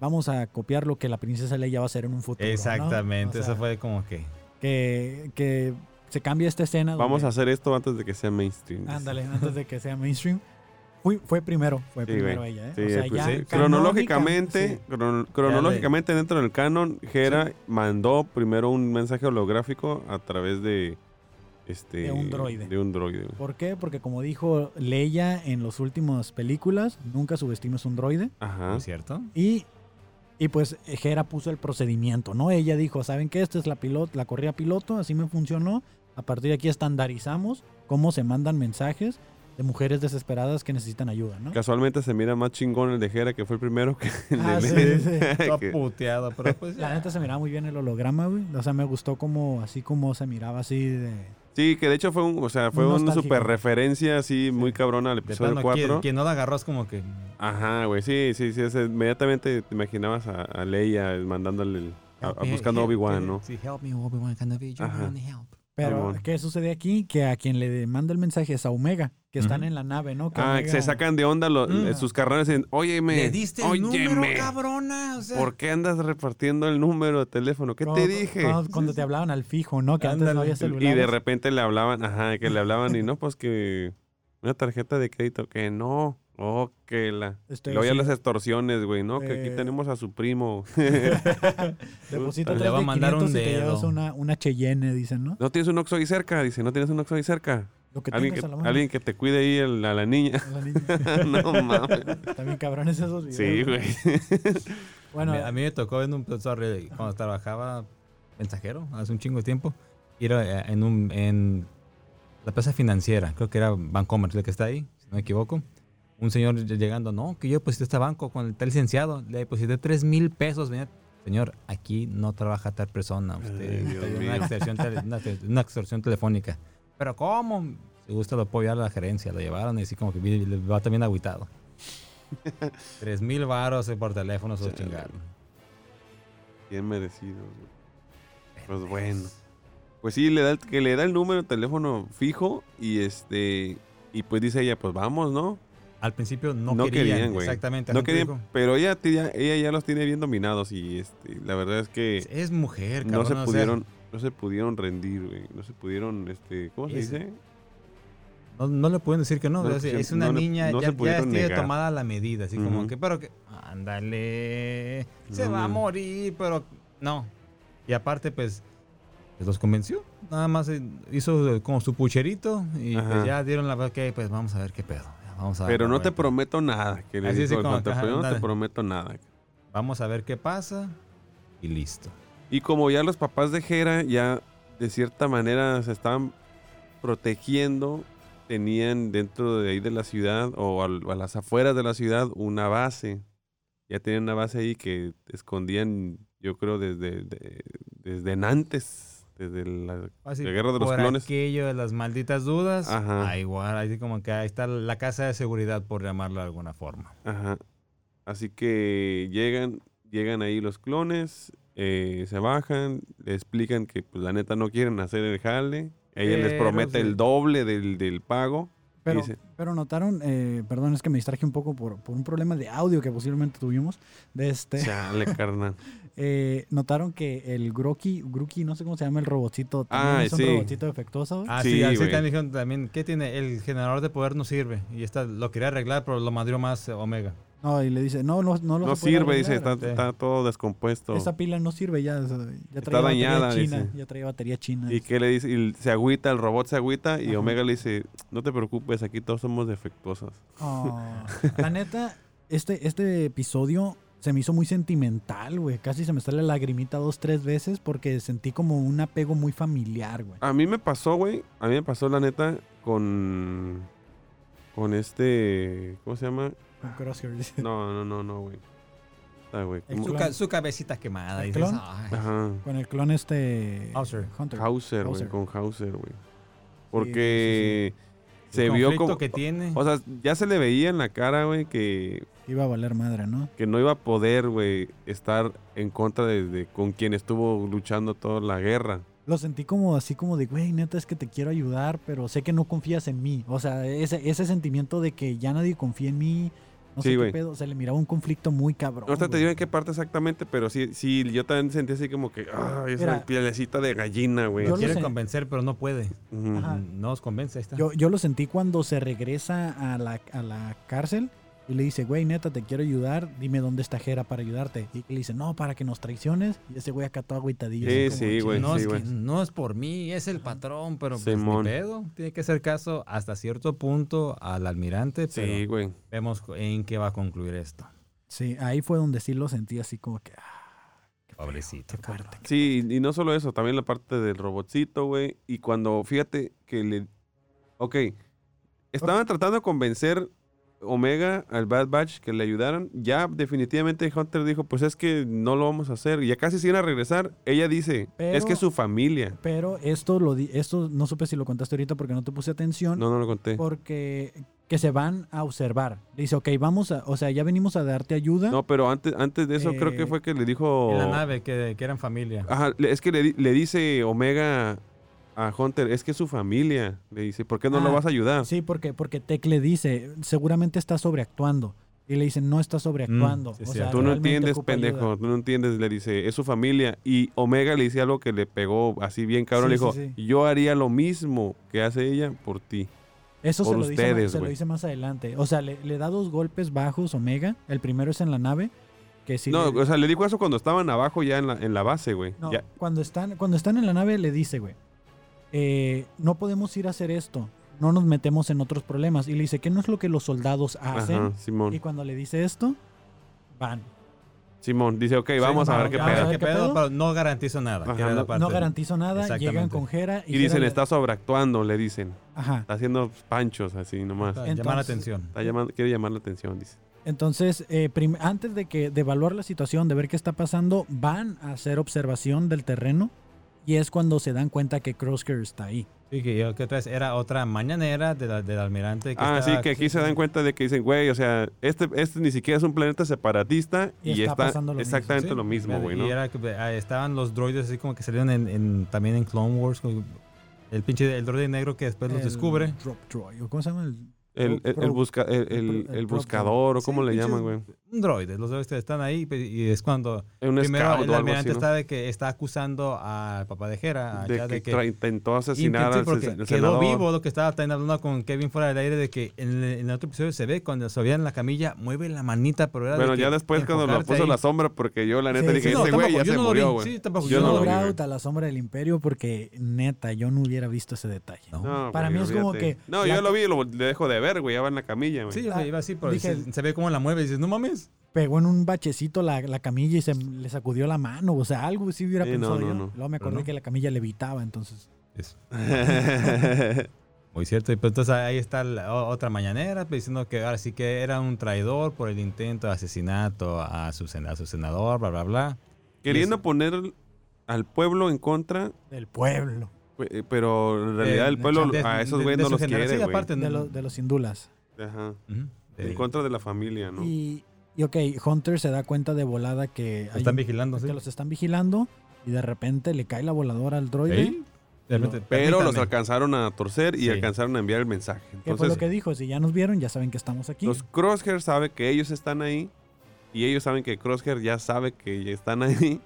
S2: Vamos a copiar lo que la princesa Leia va a hacer en un futuro. ¿no?
S3: <laughs> Exactamente,
S2: O sea,
S3: eso fue como que.
S2: que, que se cambie esta escena. donde-
S1: Vamos a hacer esto antes de que sea mainstream. dice.
S2: Ándale, antes de que sea mainstream. Fui- fue primero, fue
S1: Sí,
S2: primero
S1: güey.
S2: ella, ¿eh?
S1: Sí,
S2: O sea,
S1: pues
S2: ya
S1: sí.
S2: canónica-
S1: Cronológicamente,
S2: sí.
S1: crono- cronológicamente dentro del canon, Hera
S3: Sí.
S1: mandó primero un mensaje holográfico a través de este
S2: De un droide.
S1: de un droide, güey.
S2: ¿Por qué? Porque como dijo Leia en las últimas películas, nunca subestimes un droide.
S3: ¿Ah?
S1: Ajá.
S3: <laughs> ¿Cierto?
S2: Y, y pues Hera puso el procedimiento, ¿no? Ella dijo, ¿saben qué? Esta es la, pilot, la correa piloto, así me funcionó. A partir de aquí estandarizamos cómo se mandan mensajes de mujeres desesperadas que necesitan ayuda, ¿no?
S1: Casualmente se mira más chingón el de Hera que fue el primero que <laughs> el
S2: Ah,
S1: de
S2: sí,
S1: Leia.
S2: sí.
S1: <laughs>
S3: Está
S1: Que-
S3: puteado, pero pues.
S2: La
S3: ya.
S2: neta se miraba muy bien el holograma, güey. O sea, me gustó como así como se miraba así de
S1: Sí, que de hecho fue un, o sea, fue
S2: Muy
S1: una
S2: nostálgico.
S1: super referencia así muy cabrona al
S3: De
S1: episodio
S3: plano,
S1: 4.
S3: quien, quien no la agarró es como que.
S1: Ajá, güey, sí, sí, sí, ese- inmediatamente te imaginabas a, a Leia mandándole el- a- a- buscando a Obi-Wan, ¿no?
S3: Sí, help me, Obi-Wan, can I be your
S1: Ajá.
S3: only help?
S2: Pero
S1: Simón.
S2: ¿qué sucede aquí? Que a quien le manda el mensaje es a Omega, que están
S3: Ujú.
S2: en la nave, ¿no? Que
S1: Ah,
S2: Omega-
S1: se sacan de onda lo-
S3: Mm.
S1: sus carreras y dicen, óyeme,
S3: Le diste el
S1: óyeme,
S3: número, cabrona. O sea,
S1: ¿Por qué andas repartiendo el número de teléfono? ¿Qué
S2: cuando-
S1: te dije?
S2: Cuando, cuando te hablaban al fijo, ¿no? Que antes no
S3: Ándale.
S2: había
S1: Y
S2: celular.
S1: de repente le hablaban, ajá, que le hablaban y no, pues que una tarjeta de crédito, que no, oh, que la...
S2: Este,
S1: y luego ya
S2: sí.
S1: las extorsiones, güey, ¿no? Que
S2: Eh.
S1: aquí tenemos a su primo. <laughs>
S2: Deposita
S1: Le
S2: tres
S3: va a
S2: de
S3: mandar un
S2: 500 y te
S3: dedo.
S2: llevas una, una Cheyenne, dicen, ¿no?
S1: no tienes un Oxxo ahí cerca, dice, no tienes un Oxxo ahí cerca.
S2: Lo que
S1: Alguien
S2: tengas
S1: que,
S2: a la mano.
S1: alguien que te cuide ahí el- a la niña. <laughs>
S2: A la niña. <laughs>
S1: no mames.
S2: También cabrones esos videos.
S1: Sí, güey.
S2: Bueno,
S3: a mí me tocó en un sorry, cuando trabajaba mensajero hace un chingo de tiempo ir a- en un en la plaza financiera creo que era Bancomer el que está ahí si no me equivoco un señor ll- llegando no que yo deposité este banco con el tal licenciado le deposité tres mil pesos venía, señor aquí no trabaja tal persona
S1: Ay,
S3: usted
S1: Dios
S3: está en
S1: mío.
S3: una extorsión, tele- una te- una extorsión telefónica pero cómo se gusta lo apoyar a la gerencia lo llevaron y así como que vi- el va
S1: <laughs>
S3: también agüitado tres mil varos eh, por teléfono se los
S1: Chale.
S3: chingaron
S1: Bien merecido, güey. Pues bueno. Pues sí, le da el- que le da el número de teléfono fijo y este. Y pues dice ella, pues vamos, ¿no?
S3: Al principio no,
S1: No
S3: querían,
S1: querían, güey.
S3: exactamente.
S1: No
S3: Ajá,
S1: querían,
S3: dijo,
S1: pero ella, te- ya- ella ya los tiene bien dominados y este, la verdad es que
S3: Es mujer, cabrón.
S1: no se
S3: o sea,
S1: pudieron, no se pudieron rendir, güey. No se pudieron, este, ¿cómo se
S3: Es-
S1: dice?
S3: no, no le pueden decir que no.
S1: No le
S3: o sea,
S1: pusieron-
S3: es una
S1: no le-
S3: niña,
S1: no se
S3: ya, ya
S1: pudieron
S3: tiene
S1: negar.
S3: tomada la medida. Así como
S1: Ujú.
S3: que, pero que. Ándale. Se
S1: No,
S3: va a
S1: no.
S3: morir, pero. No. Y aparte, pues. pues, Los convenció. Nada más eh, hizo eh, como su pucherito. Y pues,
S1: Ajá.
S3: ya dieron la. Ok, pues vamos a ver qué pedo. Vamos a dar
S1: Pero
S3: la
S1: no te
S3: vuelta.
S1: prometo nada. Que le
S3: Así
S1: dijo
S3: sí,
S1: el
S3: como que,
S1: fantasma,
S3: ajá,
S1: "Yo no te
S3: nada.
S1: prometo nada.
S3: Vamos a ver qué pasa. Y listo.
S1: Y como ya los papás de Jera ya de cierta manera se estaban protegiendo, tenían dentro de ahí de la ciudad o al- a las afueras de la ciudad una base. Ya tenían una base ahí que escondían, yo creo, desde, de- desde Nantes, desde la...
S3: Así,
S1: La guerra de los
S3: por
S1: clones.
S3: aquello de las malditas dudas.
S1: Ajá.
S3: ah, igual, así como que ahí está la casa de seguridad, por llamarla de alguna forma.
S1: Ajá. Así que llegan, llegan ahí los clones, eh, se bajan, le explican que pues la neta no quieren hacer el jale. Ella les
S3: Pero
S1: promete
S3: sí.
S1: el doble del, del pago.
S2: pero,
S1: dice-
S2: pero notaron, eh, perdón, es que me distraje un poco por, por un problema de audio que posiblemente tuvimos. De este,
S1: Chale, carnal.
S2: eh, notaron que el Groki, Groki, no sé cómo se llama el robotito, también
S1: Ah,
S2: es un
S1: sí.
S2: robotito defectuoso. güey.
S3: Ah,
S1: Sí,
S3: sí, así
S1: güey.
S3: también dijeron también, ¿qué tiene? El generador de poder no sirve. Y esta lo quería arreglar, pero lo madrió más eh, Omega.
S2: No, y le dice, no, no, <laughs> no lo
S1: No
S2: se puede
S1: sirve, dice,
S2: arreglar.
S1: está,
S3: sí.
S1: está todo descompuesto.
S2: Esa pila no sirve ya, o sea, ya traía
S1: Está
S2: batería
S1: dañada,
S2: china,
S1: dice.
S2: ya traía batería china.
S1: Y que le dice, y se agüita, el robot se agüita, y
S2: Ajá.
S1: Omega le dice, no te preocupes, aquí todos somos defectuosos.
S2: Oh, la neta, este, este episodio se me hizo muy sentimental, güey. Casi se me sale la lagrimita dos, tres veces porque sentí como un apego muy familiar, güey.
S1: A mí me pasó, güey, a mí me pasó la neta con... Con este... ¿Cómo se
S2: <laughs>
S1: llama?
S2: Con Crosshair, dice.
S1: No, no, no, no, güey. Ah, güey.
S2: El
S1: ¿cómo?
S3: Su,
S2: clon.
S3: ca- su cabecita quemada.
S2: ¿El
S3: dices,
S2: clon?
S3: "Ay".
S1: Ajá.
S2: Con el clon este...
S3: Hauser.
S2: Hunter.
S1: Hauser, güey,
S2: Hauser.
S1: con Hauser, güey. Porque se
S3: El
S1: vio
S3: conflicto
S1: como...
S3: que tiene.
S1: O sea, ya se le veía en la cara, güey, que
S2: Iba a valer madre, ¿no?
S1: que no iba a poder, güey, estar en contra de, de con quien estuvo luchando toda la guerra.
S2: Lo sentí como así como de, güey, neta, es que te quiero ayudar, pero sé que no confías en mí. O sea, ese, ese sentimiento de que ya nadie confía en mí. No
S1: Sí,
S2: sé
S1: güey.
S2: qué pedo. Se le miraba un conflicto muy cabrón.
S1: No te
S2: güey.
S1: digo en qué parte exactamente, pero sí, sí, yo también sentí así como que, ay, esa
S2: Mira,
S1: pielecita de gallina, güey.
S2: yo
S3: Lo
S2: lo
S3: quiere
S2: sé.
S3: convencer, pero no puede.
S1: Ujú.
S2: Ajá.
S3: No os convence. Ahí está.
S2: Ah. Yo, yo lo sentí cuando se regresa a la, a la cárcel y le dice, güey, neta, te quiero ayudar, dime dónde está Jera para ayudarte. Y le dice, no, para que nos traiciones. Y ese güey acá todo agüitadillo.
S1: Sí,
S2: así como,
S1: sí, güey,
S3: no,
S1: sí,
S3: es que
S1: güey.
S3: no es por mí, es el patrón, pero pues, ni
S1: Simón.
S3: pedo. Tiene que hacer caso hasta cierto punto al almirante,
S1: Sí,
S3: pero
S1: güey.
S3: vemos en qué va a concluir esto.
S2: Sí, ahí fue donde sí lo sentí así como que, ah, qué
S3: Pobrecito.
S2: fuerte.
S1: Sí, y no solo eso, también la parte del robotcito, güey. Y cuando, fíjate que le... Ok, estaban tratando de convencer Omega al Bad Batch que le ayudaran. Ya definitivamente Hunter dijo, pues es que no lo vamos a hacer. Y ya casi se iban a regresar. Ella dice, es
S2: Pero-
S1: que es su familia.
S2: Pero esto lo di- esto no supe si lo contaste ahorita porque no te puse atención.
S1: No, no lo conté.
S2: Porque que se van a observar. Le dice, ok, vamos a, o sea, ya venimos a darte ayuda.
S1: No, pero antes, antes de eso creo que
S2: Eh,
S1: fue que le dijo...
S3: En la nave, que, que eran familia.
S1: Ajá, le- es que le, di- le dice Omega a Hunter, es que es su familia. Le dice, ¿por qué no lo
S2: Ah,
S1: vas a ayudar?
S2: Sí, porque, porque Tech le dice, seguramente está sobreactuando. Y le dice, no está sobreactuando.
S3: Mm, sí,
S2: o
S3: sí.
S2: sea,
S1: Tú no
S2: realmente
S1: entiendes,
S2: ocupa ayuda".
S1: pendejo, tú no entiendes, le dice, es su familia. Y Omega le dice algo que le pegó así bien cabrón,
S2: Sí,
S1: le dijo,
S2: sí,
S1: yo haría lo mismo que hace ella por ti.
S2: Eso
S1: por
S2: se, lo dice,
S1: ustedes,
S2: más- se lo
S1: güey.
S2: dice más adelante. O sea, le, le da dos golpes bajos Omega. El primero es en la nave. Que sí
S1: no,
S2: le-
S1: o sea, le dijo eso cuando estaban abajo ya en la, en la base, güey.
S2: no,
S1: Ya.
S2: cuando, están, cuando están en la nave le dice, güey, eh, no podemos ir a hacer esto. no nos metemos en otros problemas. Y le dice, ¿qué no es lo que los soldados hacen?
S1: Ajá,
S2: Y
S1: Simón.
S2: cuando le dice esto, van.
S1: Simón dice, ok, vamos a ver qué
S2: vamos a
S1: pedo.
S2: ver. qué pedo.
S3: pero no garantizo nada.
S1: Ajá,
S3: que era la
S1: no-
S3: parte
S2: No
S3: de-
S2: garantizo nada, llegan
S3: Exactamente.
S2: con Jera y,
S1: Y dicen,
S2: Hera le-
S1: está sobreactuando, le dicen.
S2: Ajá.
S1: Está haciendo panchos así nomás.
S3: para
S2: Entonces-
S3: llamar la atención.
S1: Está llamando, quiere llamar la atención, dice.
S2: Entonces, eh, prim- antes de que de evaluar la situación, de ver qué está pasando, van a hacer observación del terreno y es cuando se dan cuenta que Crosshair está ahí.
S3: Sí, que, yo- que otra vez era otra mañanera de la- del almirante. Que
S1: Ah,
S3: estaba-
S1: sí, que aquí se dan cuenta de que dicen, güey, o sea, este, este ni siquiera es un planeta separatista
S2: Y
S1: y,
S2: está
S1: está,
S2: pasando lo mismo.
S1: exactamente
S3: Sí,
S1: lo mismo,
S3: pero-
S1: güey,
S3: y
S1: ¿no?
S3: era que, ah, estaban los droides así como que salieron en, en- también en Clone Wars. como el pinche el droide negro que
S1: Pues
S3: después los
S2: El
S3: descubre.
S2: Drop Droid, ¿o ¿Cómo se llama? El-
S1: El, el- el busca- el- el-
S2: el
S1: el
S2: propio-
S1: buscador, o cómo
S3: Sí,
S1: le
S3: pinches-
S1: llaman, güey.
S3: Un droide. Los droides están ahí pe- y es cuando.
S1: Un
S3: primero
S1: scout
S3: el
S1: o algo así,
S3: almirante
S1: ¿no?
S3: está de que está acusando al papá de Jera. a
S1: De
S3: Jad
S1: que, tra- intentó asesinar
S3: Intent- sí,
S1: al
S3: porque
S1: se- al
S3: quedó
S1: senador.
S3: vivo lo que estaba también hablando con Kevin fuera del aire de que en el, en el otro episodio se ve cuando se veía en la camilla mueve la manita pero era de
S1: Bueno,
S3: que
S1: ya después cuando lo
S3: enfocarse
S1: puso
S3: ahí.
S1: la sombra, porque yo la neta
S2: Sí,
S1: dije,
S2: sí, no,
S1: ese güey
S3: tampoco,
S1: ya
S3: yo
S1: se
S3: no lo
S1: murió,
S3: vi,
S1: güey.
S3: sí, tampoco,
S1: yo no lo vi, güey.
S2: out a la sombra del imperio porque neta, yo no hubiera visto ese detalle.
S3: No.
S1: No,
S2: Para
S1: güey,
S2: mí es como
S1: olvídate.
S2: que
S1: No,
S2: la-
S1: yo lo vi y lo le dejo de ver, güey, ya va en la camilla, <laughs> güey.
S3: Sí, o
S2: Ah,
S3: sea, iba así, pero
S2: dije-
S3: se, se ve cómo la mueve y dices, no mames.
S2: Pegó en un bachecito la, la camilla y se le sacudió la mano. O sea, algo sí hubiera
S1: Sí, no,
S2: pensado
S1: no,
S2: yo.
S1: no.
S2: Luego me
S3: Pero
S2: acordé
S3: no.
S2: que la camilla levitaba, entonces.
S3: Muy cierto. Y pues entonces ahí está la o- otra mañanera pues, diciendo que ahora sí que era un traidor por el intento de asesinato a su, sen- a su senador, bla, bla, bla.
S1: Queriendo poner al pueblo en contra,
S2: Del pueblo.
S1: güey, eh, pero en realidad
S3: Eh,
S1: el pueblo
S3: de-
S1: a esos
S3: de-
S1: güeyes
S3: de
S1: no
S3: su
S1: los
S3: generación,
S1: quiere,
S3: sí,
S1: güey.
S3: aparte,
S2: De,
S3: no-
S2: lo- de los hindulas.
S1: Ajá.
S3: Ujú.
S1: En
S3: De-
S1: contra de la familia, ¿no?
S2: Y, y ok, Hunter se da cuenta de volada que, hay
S3: Están
S2: un-
S3: vigilando, sí.
S2: que los están vigilando y de repente le cae la voladora al droide.
S3: Ey, de repente,
S1: Pero los
S3: permítanme.
S1: alcanzaron a torcer y
S3: Sí.
S1: alcanzaron a enviar el mensaje.
S2: Que fue lo
S1: Entonces,
S2: que dijo, si ya nos vieron, ya saben que estamos aquí.
S1: los Crosshair sabe que ellos están ahí y ellos saben que Crosshair ya sabe que ya están ahí.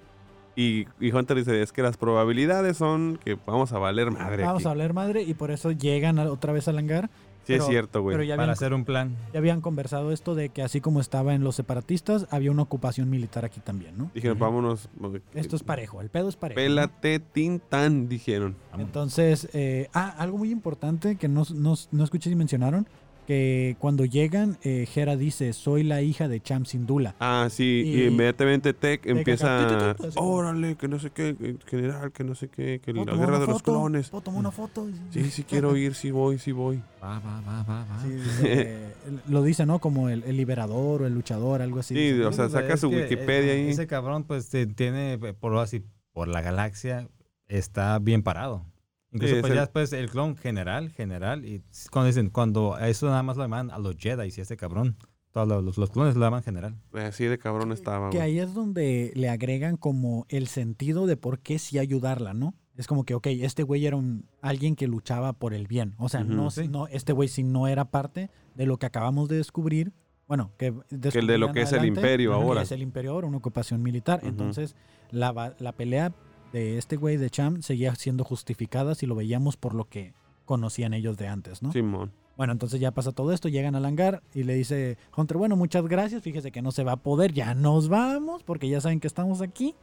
S1: Y, y Hunter dice, es que las probabilidades son que vamos a valer madre
S2: Vamos
S1: aquí.
S2: a hablar madre y por eso llegan a- otra vez al hangar.
S1: sí
S2: pero-
S1: es cierto, güey.
S2: Pero ya
S3: Para
S2: habían,
S3: hacer un plan.
S2: ya habían conversado esto de que así como estaba en los separatistas, había una ocupación militar aquí también, ¿no?
S1: Dijeron,
S3: Ujú.
S1: vámonos. eh,
S2: Esto es parejo, el pedo es parejo. ¿no?
S1: Pélate Tintán, dijeron.
S3: Vamos.
S2: Entonces, eh, ah, algo muy importante que no, no, no escuché si mencionaron, que cuando llegan, eh, Hera dice, soy la hija de Cham Sindula.
S1: Ah, sí, y,
S2: Y-
S1: inmediatamente Tech
S2: acá,
S1: empieza.
S2: tu, tu, tu, así.
S1: Órale, que no sé qué, que- general, que no sé qué, que
S2: "Puedo
S1: la
S2: tomar
S1: guerra
S2: una
S1: de los
S2: foto,
S1: clones.
S2: puedo tomar una foto.
S1: Sí, sí
S2: <laughs>
S1: quiero ir, sí voy, sí voy.
S3: Va, va, va, va, va.
S2: Sí, dice que- lo dice, ¿no? Como el, el liberador o el luchador, algo así.
S1: Sí,
S2: dice.
S1: o sea,
S3: Pues,
S1: saca
S3: es
S1: su
S3: que,
S1: Wikipedia
S3: eh,
S1: ahí.
S3: Ese cabrón, pues, te- tiene, eh, por así, por la galaxia, está bien parado. Incluso,
S1: Sí, es
S3: pues,
S1: el-
S3: ya después, el clon general, general, y s- cuando dicen, cuando a eso nada más lo llaman a los Jedi, si este cabrón, todos los, los- los clones lo llaman general.
S1: Eh, Así de cabrón estaba,
S2: Que
S1: güey.
S2: ahí es donde le agregan como el sentido de por qué sí ayudarla, ¿no? Es como que, ok, este güey era un, alguien que luchaba por el bien. O sea,
S1: Ujú.
S2: no,
S3: Sí.
S2: no, este güey sí no era parte de lo que acabamos de descubrir. Bueno, que descubrirán
S1: que es el imperio
S2: ajá, que
S1: ahora.
S2: Es el imperio ahora, una ocupación militar.
S1: Ujú.
S2: Entonces, la, va- la pelea de este güey de Cham seguía siendo justificada si lo veíamos por lo que conocían ellos de antes, ¿no?
S1: Simón.
S2: Bueno, entonces ya pasa todo esto, llegan al hangar y le dice Hunter, bueno, muchas gracias, fíjese que no se va a poder, ya nos vamos, porque ya saben que estamos aquí.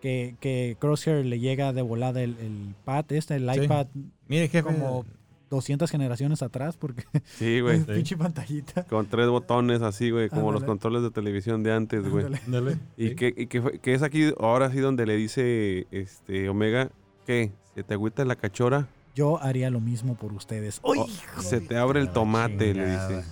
S2: Que, que Crosshair le llega de volada el, el pad este, el
S3: Sí.
S2: iPad,
S3: Mire, jefe.
S2: como 200 generaciones atrás, porque
S1: Sí,
S2: <laughs>
S1: güey.
S2: pinche pantallita.
S1: Con tres botones así, güey, como los
S2: Ándale.
S1: controles de televisión de antes, güey.
S2: Ándale.
S3: Dale.
S1: Y,
S3: Sí.
S1: que, y que, fue- que es aquí, ahora sí, donde le dice este Omega, ¿qué? ¿Se te agüita la cachora?
S2: Yo haría lo mismo por ustedes. ¡Uy!
S1: Oh,
S2: hijo
S1: Se
S2: de-
S1: te abre el
S3: La
S1: tomate, le
S3: chingada.
S1: dice.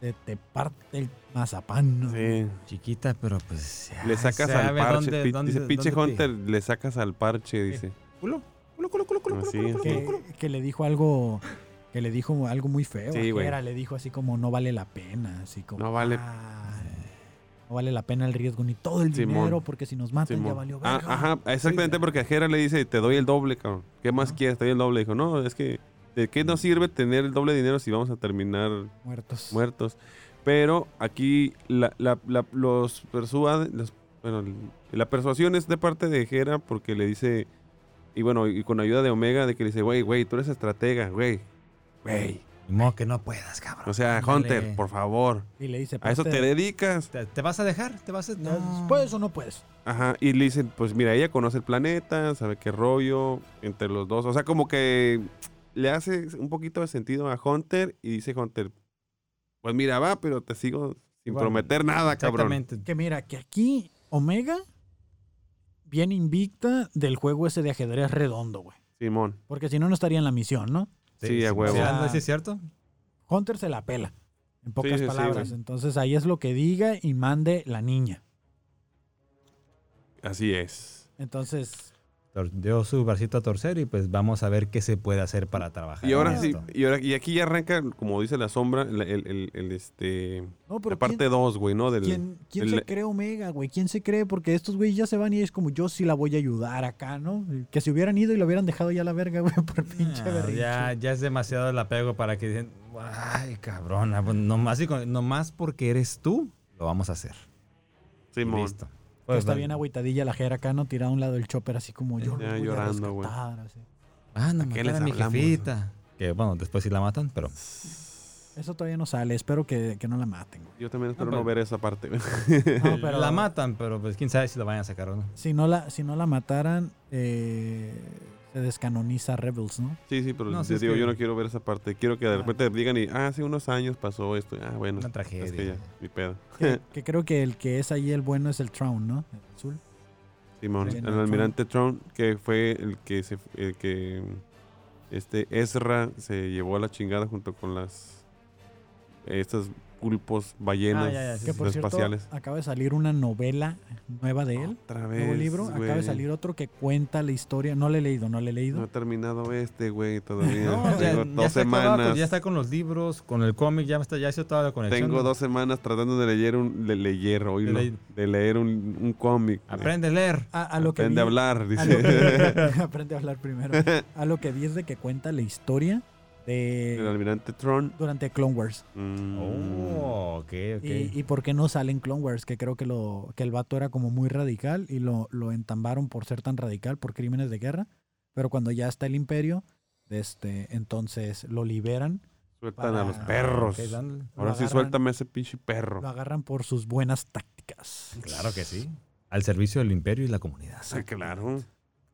S2: se te parte el mazapán. ¿no?
S1: Sí.
S3: Chiquita, pero pues.
S1: Le
S3: ay,
S1: sacas al
S3: sabe
S1: parche.
S3: dónde-
S1: pi-
S3: dónde-
S1: dice, pinche
S3: dónde te-
S1: Hunter, le sacas al parche, dice.
S2: Ah,
S3: Culo, culo, culo, culo, culo, culo,
S1: Así
S3: culo,
S1: es.
S3: culo,
S2: Que,
S3: culo.
S2: que le dijo algo... Que le dijo algo muy feo.
S1: Sí,
S2: a
S1: güey.
S2: Hera, le dijo así como no vale la pena. Así como.
S1: No vale.
S2: "Ah, no vale la pena el riesgo ni todo el
S1: Simón.
S2: dinero porque si nos matan pues ya
S1: Simón.
S2: valió
S1: Ah,
S2: verga.
S1: ajá, exactamente,
S2: Sí.
S1: porque a Jera le dice, te doy el doble, cabrón. ¿Qué más
S2: Ajá.
S1: quieres? Te doy el doble. Dijo, no, es que, ¿de qué nos sirve tener el doble de dinero si vamos a terminar
S2: Muertos.
S1: muertos? Pero aquí la, la- la- los persuade, los- bueno, la persuasión es de parte de Jera porque le dice, y bueno, y con ayuda de Omega, de que le dice, güey, güey, tú eres estratega, güey. Güey.
S3: Ni modo que no puedas, cabrón.
S1: O sea,
S3: Ándale.
S1: Hunter, por favor,
S2: Y le dice,
S1: a eso te dedicas.
S3: ¿Te, te vas a dejar? ¿Te vas a.?
S2: "No,
S3: No. pues,
S2: ¿Puedes o no puedes?
S1: Ajá, y le dicen, pues mira, ella conoce el planeta, sabe qué rollo, entre los dos. O sea, como que le hace un poquito de sentido a Hunter y dice Hunter, pues mira, va, pero te sigo sin
S3: Bueno,
S1: prometer nada, Ah, cabrón.
S3: Exactamente.
S2: Que mira, que aquí Omega viene invicta del juego ese de ajedrez redondo, güey.
S1: Simón.
S2: Porque si no, no estaría en la misión, ¿no?
S1: Sí, a huevo.
S3: Sí, ah, sí es cierto.
S2: Hunter se la pela, en pocas
S1: sí, sí,
S2: palabras.
S1: güey.
S2: Entonces ahí es lo que diga y mande la niña.
S1: Así es.
S2: Entonces,
S3: Tor- Dio su bracito a torcer y pues vamos a ver qué se puede hacer para trabajar.
S1: Y ahora
S3: en
S1: sí,
S3: esto.
S1: y, ahora, y aquí ya arranca, como dice la sombra, el, el- el- el, este,
S2: no, pero
S1: la parte 2, güey, ¿no? Del,
S2: ¿quién, quién, quién
S1: del-
S2: se cree Omega, güey? ¿Quién se cree? Porque estos güeyes ya se van y es como yo sí la voy a ayudar acá, ¿no? Que si hubieran ido y la hubieran dejado ya a la verga, <laughs> güey, por pinche
S3: Ah,
S2: berrinche.
S3: ya, ya es demasiado el apego para que digan, ay, cabrona, pues, nomás, y con- nomás porque eres tú, lo vamos a hacer. Y
S1: Simón.
S3: Listo.
S2: Que
S3: Pues,
S2: está
S3: vale.
S2: bien agüitadilla la jera acá, ¿no? Tirada a un lado del chopper así como yo.
S1: Ya
S2: los voy a
S1: llorando, güey.
S2: rescatar, así.
S3: Ah, no,
S1: ¿A qué
S3: mataron a
S1: les
S3: mi
S1: hablamos?
S3: jefita. Que bueno, después sí la matan, pero...
S2: Eso todavía no sale. Espero que, que no la maten, güey.
S1: Yo también espero
S3: No,
S1: no,
S3: pero-
S1: ver esa parte. <laughs> güey.
S2: No, pero
S3: La matan, pero pues quién sabe si la vayan a sacar o no.
S2: si no la, si no la mataran, eh, se descanoniza Rebels, ¿no?
S1: sí, sí, pero
S3: No, sí,
S1: yo
S3: es
S1: digo,
S3: que-
S1: yo no quiero ver esa parte. Quiero que de repente digan y, ah, hace unos años pasó esto. Ah, bueno. Es
S3: Una
S1: que
S3: tragedia.
S1: ya, mi pedo.
S2: Que,
S1: <laughs>
S2: que creo que el que es ahí el bueno es el Traun, ¿no? El azul.
S1: Simón,
S2: Sí,
S1: el
S2: no,
S1: almirante Tron, que fue el que se el que este Ezra se llevó a la chingada junto con las estas pulpos ballenas
S3: Ah, ya, ya, sí,
S2: Que por cierto,
S1: espaciales. Ah,
S2: acaba de salir una novela nueva de él.
S1: Otra vez.
S2: Nuevo libro. Acaba de
S1: Pues, güey.
S2: salir otro que cuenta la historia. No le he leído, no le he leído.
S1: No he terminado este,
S2: <laughs>
S1: güey, todavía.
S3: No, ya,
S1: tengo
S3: ya
S1: dos
S3: está acabado, pues,
S2: pues,
S1: semanas.
S3: ya está con los libros, con el cómic, ya, está, ya hizo toda la conexión.
S1: Tengo dos semanas tratando de leer un de leer, oírlo,
S3: leer.
S1: de leer un, un cómic.
S3: Aprende a leer.
S2: A, a lo que
S1: Aprende
S2: vi-
S1: a hablar,
S2: a lo
S1: dice.
S2: que- <laughs> aprende a hablar primero. A lo que vi es de que cuenta la historia
S1: <laughs> el
S2: de
S1: almirante Tron.
S2: durante Clone Wars.
S1: Mm.
S3: Oh, ok, ok.
S2: Y, y por qué no sale en Clone Wars, que creo que lo que el vato era como muy radical y lo, lo entambaron por ser tan radical por crímenes de guerra. Pero cuando ya está el imperio, este, entonces lo liberan,
S1: Sueltan a los
S2: para-
S1: perros.
S3: Ok, dándole.
S1: Ahora sí,
S2: agarran.
S1: suéltame a ese pinche perro. Ah,
S2: lo agarran por sus buenas tácticas.
S3: Claro que sí. Al servicio del imperio y la comunidad.
S1: Ah, claro.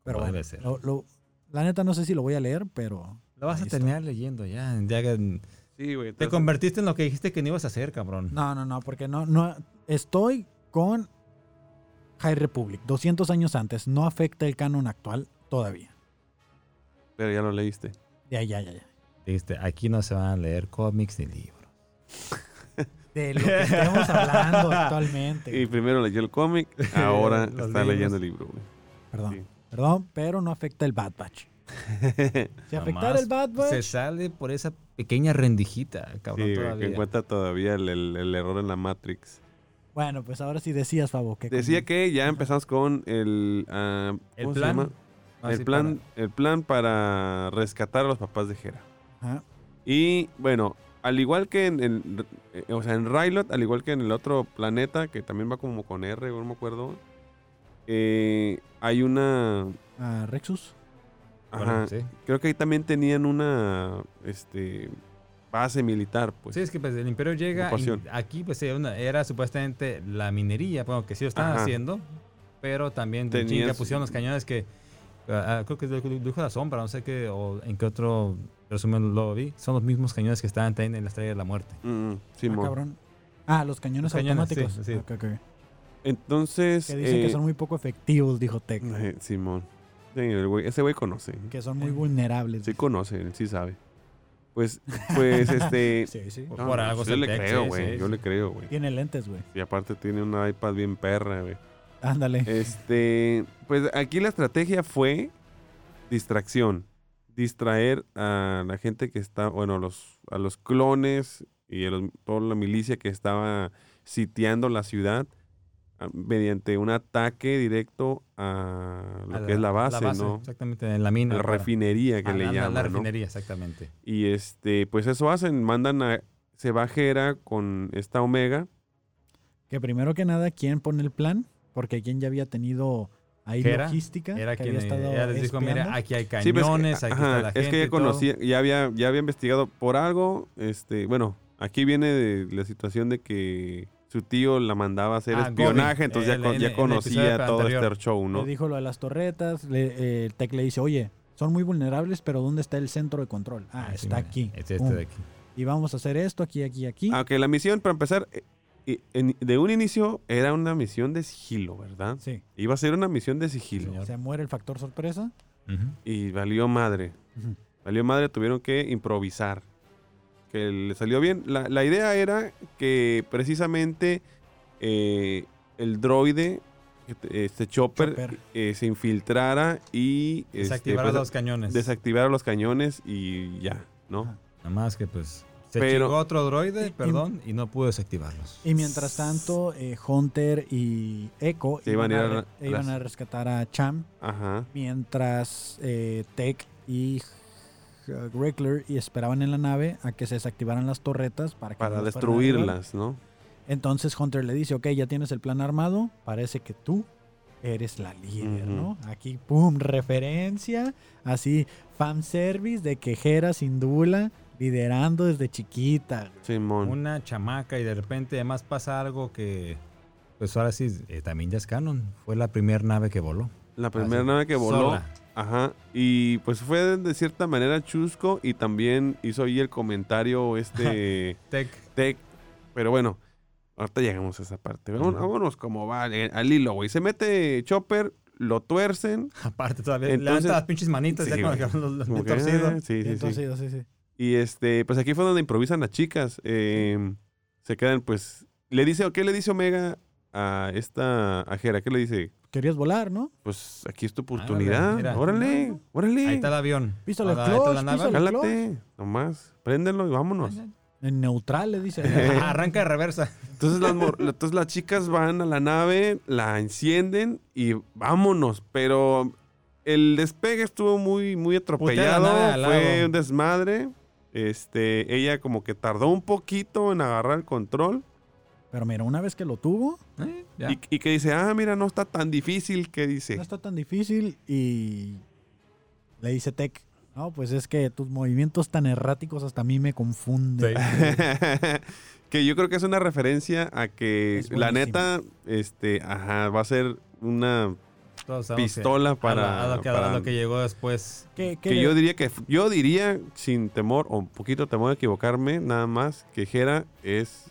S2: Pero bueno,
S3: Como debe ser.
S2: lo- lo- la neta no sé si lo voy a leer, pero
S3: Lo vas a
S2: Ahí está.
S3: terminar leyendo ya. ya que-
S1: Sí, güey.
S3: te convertiste en lo que dijiste que no ibas a hacer, cabrón.
S2: no, no, no, porque no, no estoy con High Republic, 200 años antes, no afecta el canon actual todavía.
S1: Pero ya lo leíste.
S2: Ya, ya, ya, ya.
S3: Dijiste, Este, aquí no se van a leer cómics ni libros.
S2: De lo que estamos hablando actualmente.
S1: Y primero leyó el
S2: <laughs>
S1: cómic, ahora
S3: Los
S1: está
S3: libros.
S1: leyendo el libro, güey.
S2: Perdón,
S1: Sí.
S2: perdón, pero no afecta el Bad Batch. Si afectara
S3: Nomás
S2: el Bad
S3: Se
S2: Batch,
S3: sale por esa pequeña rendijita, cabrón.
S1: Sí, güey, que
S3: todavía.
S1: encuentra todavía el, el- el error en la Matrix.
S2: bueno, pues ahora sí decías, Fabo, que
S1: Decía
S2: como-
S1: que ya empezamos con el... ah,
S3: El
S1: ¿cómo se
S3: plan,
S1: llama?
S3: Ah, sí,
S1: el, plan, el plan para rescatar a los papás de Hera.
S2: Ajá.
S1: Y bueno, al igual que en, en- eh, o sea, en Rylot, al igual que en el otro planeta, que también va como con R, no me acuerdo, eh, hay una...
S2: a Rexus. ah,
S3: para-
S1: ajá,
S3: sí.
S1: creo que ahí también tenían una este, base militar, pues.
S3: Sí, es que pues, el imperio llega y
S1: Ocupación.
S3: aquí pues era, una- era supuestamente la minería, bueno, que sí lo estaban
S1: Ajá.
S3: haciendo, pero también de
S1: Tenías-
S3: chinga pusieron los cañones que ah, ah, creo que lo- lo dijo la sombra, no sé qué o en qué otro resumen lo vi, son los mismos cañones que estaban también en la estrella de la muerte.
S1: Mm, mm,
S2: Ah,
S1: Simón.
S2: cabrón. Ah, los cañones
S3: Los cañones,
S2: automáticos.
S3: sí, sí.
S2: Ok, ok.
S1: Entonces.
S2: Que dicen
S1: eh,
S2: que son muy poco efectivos, dijo Tech.
S1: eh, Simón. Sí, el güey- ese güey conoce.
S2: Que son muy vulnerables.
S1: Sí conoce, él sí sabe. Pues,
S3: <laughs>
S1: pues, este.
S2: Sí, sí.
S1: no,
S3: Por
S1: yo
S3: algo se
S1: le
S3: tex,
S1: creo,
S3: sí,
S1: güey.
S3: sí,
S1: yo
S3: sí.
S1: le creo, güey.
S2: Tiene lentes, güey.
S1: Y aparte tiene una iPad bien perra,
S3: <laughs>
S1: güey.
S2: Ándale.
S3: Eh.
S1: Este. Pues aquí la estrategia fue distracción. Distraer a la gente que está. Bueno, a los, a los clones y a los- toda la milicia que estaba sitiando la ciudad ah, mediante un ataque directo a lo
S3: A
S1: que es la base, ¿no?
S3: Exactamente, en la mina.
S1: la
S3: para-
S1: refinería que
S3: a
S1: le
S3: la, la-
S1: llaman,
S3: la
S1: ¿no?
S3: refinería, exactamente.
S1: Y este, pues eso hacen, mandan a se va Jera con esta Omega,
S2: Que primero que nada, ¿quién pone el plan? Porque quien ya había tenido ahí
S3: Hera,
S2: logística.
S3: Era
S2: que
S3: quien
S2: había estado
S3: ella les dijo,
S2: espiando.
S3: mira, aquí hay
S1: Sí, pues,
S3: cañones, aquí
S1: ajá,
S3: está la gente.
S1: Es que
S3: y
S1: ya
S3: todo.
S1: conocía, ya había, ya había investigado por algo. Este, bueno, aquí viene de la situación de que su tío la mandaba a hacer
S3: Ah,
S1: espionaje,
S3: Gobi,
S1: entonces ya
S3: el-
S1: con-
S3: en-
S1: ya,
S3: en el episodio
S1: conocía todo
S3: anterior.
S1: este show, ¿no?
S2: Le dijo lo de las torretas. Le, eh, Tech le dice, oye, Son muy vulnerables, pero ¿dónde está el centro de control? Ah,
S3: Ah, sí,
S2: está
S3: mira,
S2: aquí.
S3: Este, este
S2: Pum.
S3: de aquí. Ah,
S2: Y vamos a hacer esto aquí, aquí, aquí.
S1: Aunque la misión, para empezar, eh, eh, en- de un inicio era una misión de sigilo, ¿verdad?
S2: Sí.
S1: Iba a ser una misión de sigilo.
S3: Señor.
S2: Se muere el factor sorpresa.
S3: Ujú.
S1: Y valió madre.
S2: Ujú.
S1: Valió madre, tuvieron que improvisar. Que le salió bien. La, la idea era que precisamente eh, el droide, este- este Chopper,
S2: Chopper.
S1: eh, se infiltrara y este,
S3: Desactivar
S1: pues,
S3: los cañones.
S1: desactivara los cañones y ya, ¿no?
S2: Ajá.
S3: Nada más que pues. Se
S1: Pero-
S3: chingó otro droide,
S2: Y-
S3: perdón, y no pudo desactivarlos.
S2: Y mientras tanto, eh, Hunter y Echo
S1: Se iban a ir a-
S2: re- iban
S1: las-
S2: a rescatar a Cham,
S1: Ajá.
S2: mientras eh, Tech y H- Reckler y esperaban en la nave a que se desactivaran las torretas para, que
S1: Para
S2: no las fueran a derribar.
S1: destruirlas, ¿no?
S2: Entonces Hunter le dice, ok, ya tienes el plan armado, parece que tú eres la líder,
S1: Ujú.
S2: ¿no? Aquí, pum, referencia, así, fanservice de quejera sin dula, liderando desde chiquita.
S1: Simón.
S3: Una chamaca y de repente además pasa algo que. Pues ahora sí, eh, también ya es canon. Fue la primera nave que voló.
S1: La primera
S3: Así,
S1: nave que voló.
S3: sola.
S1: Ajá. Y pues fue de, de cierta manera chusco y también hizo ahí el comentario
S3: <laughs>
S1: este
S3: Tech.
S1: Tech. Pero bueno, ahorita llegamos a esa parte. Vámonos,
S3: Ajá.
S1: vámonos como va eh, al hilo, güey. Se mete Chopper, lo tuercen.
S3: Aparte todavía
S1: Entonces-
S3: levanta las pinches manitas
S1: Sí,
S3: ya con
S1: güey.
S3: los, los,
S1: Como
S3: bien
S1: que, ah,
S3: torcidos.
S1: sí, sí, sí.
S2: Entonces, sí, sí.
S1: Y este, pues aquí fue donde improvisan las chicas. Eh, se quedan, pues. Le dice, ¿qué le dice Omega a esta ajera? ¿Qué le dice?
S2: Querías volar, ¿no?
S1: Pues aquí es tu
S3: Ándale,
S1: oportunidad.
S3: mira.
S1: órale, órale.
S3: Ahí está el avión.
S2: Pístole
S3: Ahora,
S2: al
S3: ahí está
S2: clutch, pístale al
S1: Cálate, nomás, préndelo y vámonos.
S2: En neutral,
S1: <laughs>
S2: le dice.
S3: <laughs> Ajá, Arranca de reversa.
S1: Entonces las, mor- entonces las chicas van a la nave, la encienden y vámonos. Pero el despegue estuvo muy, muy atropellado.
S3: nave de al
S1: Fue
S3: lado.
S1: un desmadre. Este, ella como que tardó un poquito en agarrar el control.
S2: Pero mira, una vez que lo tuvo,
S3: Eh, ya.
S1: Y, y que dice, ah, mira, no está tan difícil. Que dice, <laughs>
S2: no está tan difícil y le dice Tech, no, pues es que tus movimientos tan erráticos hasta a mí me
S1: <laughs>
S2: confunden.
S1: que yo creo que es una referencia a que
S2: Es
S1: la
S2: buenísimo.
S1: neta, este, ajá, va a ser una
S3: Todos sabemos que-
S1: pistola
S3: a lo-
S1: para,
S3: a lo que, a
S1: para-
S3: lo que llegó después.
S2: Que, que
S1: que
S2: le-
S1: yo diría que yo diría sin temor o un poquito temor a equivocarme nada más que Hera es